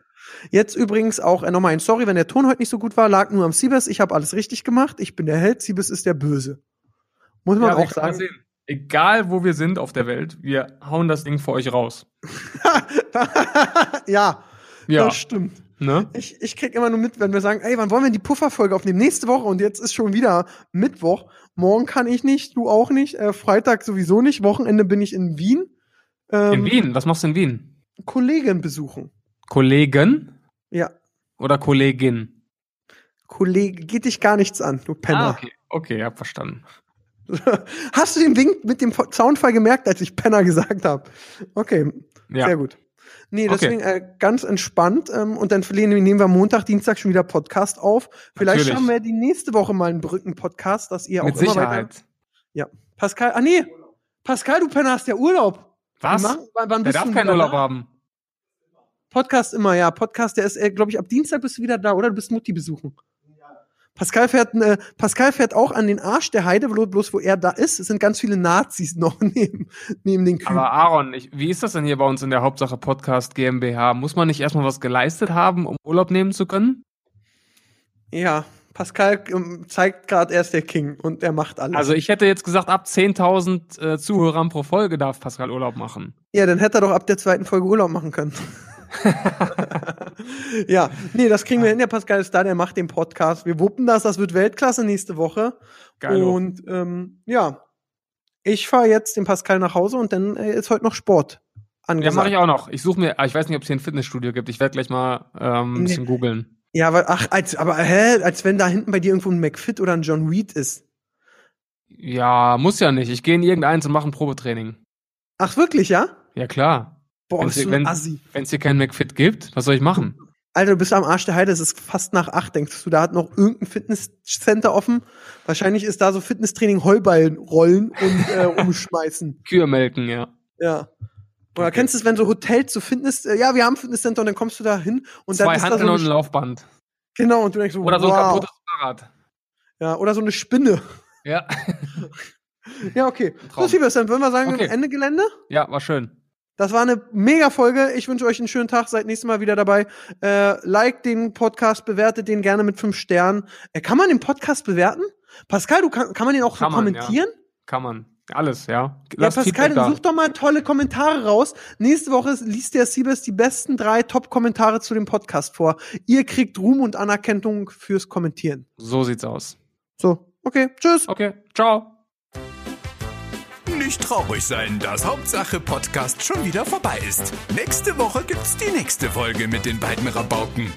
B: Jetzt übrigens auch äh, nochmal ein Sorry, wenn der Ton heute nicht so gut war, lag nur am Siebes. Ich habe alles richtig gemacht. Ich bin der Held, Siebes ist der Böse. Muss man
C: Ja, wir
B: auch
C: können
B: sagen.
C: sehen. Egal, wo wir sind auf der Welt, wir hauen das Ding für euch raus.
B: ja,
C: Ja,
B: das stimmt.
C: ne?
B: Ich, ich krieg immer nur mit, wenn wir sagen, ey, wann wollen wir die Pufferfolge aufnehmen? Nächste Woche und jetzt ist schon wieder Mittwoch. Morgen kann ich nicht, du auch nicht, äh, Freitag sowieso nicht, Wochenende bin ich in Wien. Ähm,
C: In Wien, was machst du in Wien?
B: Kollegin besuchen.
C: Kollegen
B: Ja,
C: oder Kollegin?
B: Kollege, geht dich gar nichts an, du
C: Ah,
B: Penner.
C: okay. okay, hab verstanden.
B: Hast du den Wink mit dem Fa- Soundfall gemerkt, als ich Penner gesagt habe? Okay,
C: Ja.
B: sehr gut. Nee,
C: Okay.
B: deswegen äh, ganz entspannt ähm, und dann verlegen- nehmen wir Montag, Dienstag schon wieder Podcast auf. Vielleicht
C: Natürlich.
B: haben wir die nächste Woche mal einen Brücken-Podcast, dass ihr auch
C: Mit
B: immer weiter-
C: Sicherheit.
B: Pascal, ah nee, Pascal, du Penner hast ja Urlaub.
C: Was?
B: Wir machen- wann, wann
C: Der
B: bist du
C: darf
B: denn
C: keinen
B: wieder
C: Urlaub
B: da?
C: haben.
B: Podcast immer, ja. Podcast, der ist, glaube ich, ab Dienstag bist du wieder da, oder? Du bist Mutti besuchen. Pascal fährt, äh, Pascal fährt auch an den Arsch der Heide, blo- bloß wo er da ist. Es sind ganz viele Nazis noch neben, neben den Kühen.
C: Aber Aaron, ich, wie ist das denn hier bei uns in der Hauptsache Podcast GmbH? Muss man nicht erstmal was geleistet haben, um Urlaub nehmen zu können?
B: ja, Pascal ähm, zeigt gerade, er ist der King und er macht alles.
C: Also ich hätte jetzt gesagt, ab 10.000 äh, Zuhörern pro Folge darf Pascal Urlaub machen.
B: Ja, dann hätte er doch ab der zweiten Folge Urlaub machen können. ja, nee, das kriegen wir hin. Der Pascal ist da, der macht den Podcast. Wir wuppen das, das wird Weltklasse nächste Woche.
C: Geilo.
B: Und ähm, ja, ich fahre jetzt den Pascal nach Hause und dann äh, ist heute noch Sport
C: Ja,
B: angesagt.
C: mache ich auch noch. Ich suche mir, ah, ich weiß nicht, ob es hier ein Fitnessstudio gibt. Ich werde gleich mal ähm, ein bisschen googeln.
B: Ja, weil, ach, als, aber hä, als wenn da hinten bei dir irgendwo ein McFit oder ein John Reed ist.
C: Ja, muss ja nicht. Ich gehe in irgendeins und mache ein Probetraining.
B: Ach, wirklich, ja?
C: Ja, klar.
B: Boah,
C: Wenn
B: bist
C: sie-
B: du ein
C: wenn-
B: Assi.
C: Wenn es hier keinen McFit gibt, was soll ich machen?
B: Alter, du bist am Arsch der Heide, es ist fast nach acht. Denkst du, da hat noch irgendein Fitnesscenter offen? Wahrscheinlich ist da so Fitnesstraining Heuballen rollen und äh, umschmeißen.
C: Kühe melken, ja.
B: Ja. Oder
C: Okay.
B: kennst du es, wenn so Hotels so Fitness, äh, ja, wir haben Fitnesscenter und dann kommst du da hin und dann
C: Zwei
B: ist da
C: Handeln
B: so
C: und ein
B: eine,
C: Laufband.
B: genau und du denkst so,
C: Oder so ein
B: wow.
C: kaputtes Fahrrad.
B: ja, oder so eine Spinne.
C: Ja.
B: Ja, okay. So,
C: Traum.
B: Siebes, dann würden wir sagen,
C: Okay.
B: Ende Gelände.
C: ja, war schön.
B: Das war eine mega Folge. Ich wünsche euch einen schönen Tag. Seid nächstes Mal wieder dabei. Äh, like den Podcast, bewertet den gerne mit fünf Sternen. Äh, kann man den Podcast bewerten? Pascal, du kann, kann man den auch so
C: Kann man,
B: kommentieren?
C: Kann man. Alles, ja.
B: Ja,
C: Lasst
B: Pascal, dann
C: Feedback da.
B: such doch mal tolle Kommentare raus. Nächste Woche ist- liest der Siebes die besten drei Top-Kommentare zu dem Podcast vor. Ihr kriegt Ruhm und Anerkennung fürs Kommentieren.
C: So sieht's aus.
B: So, okay, tschüss.
C: Okay, ciao.
A: Nicht traurig sein, dass Hauptsache Podcast schon wieder vorbei ist. Nächste Woche gibt's die nächste Folge mit den beiden Rabauken.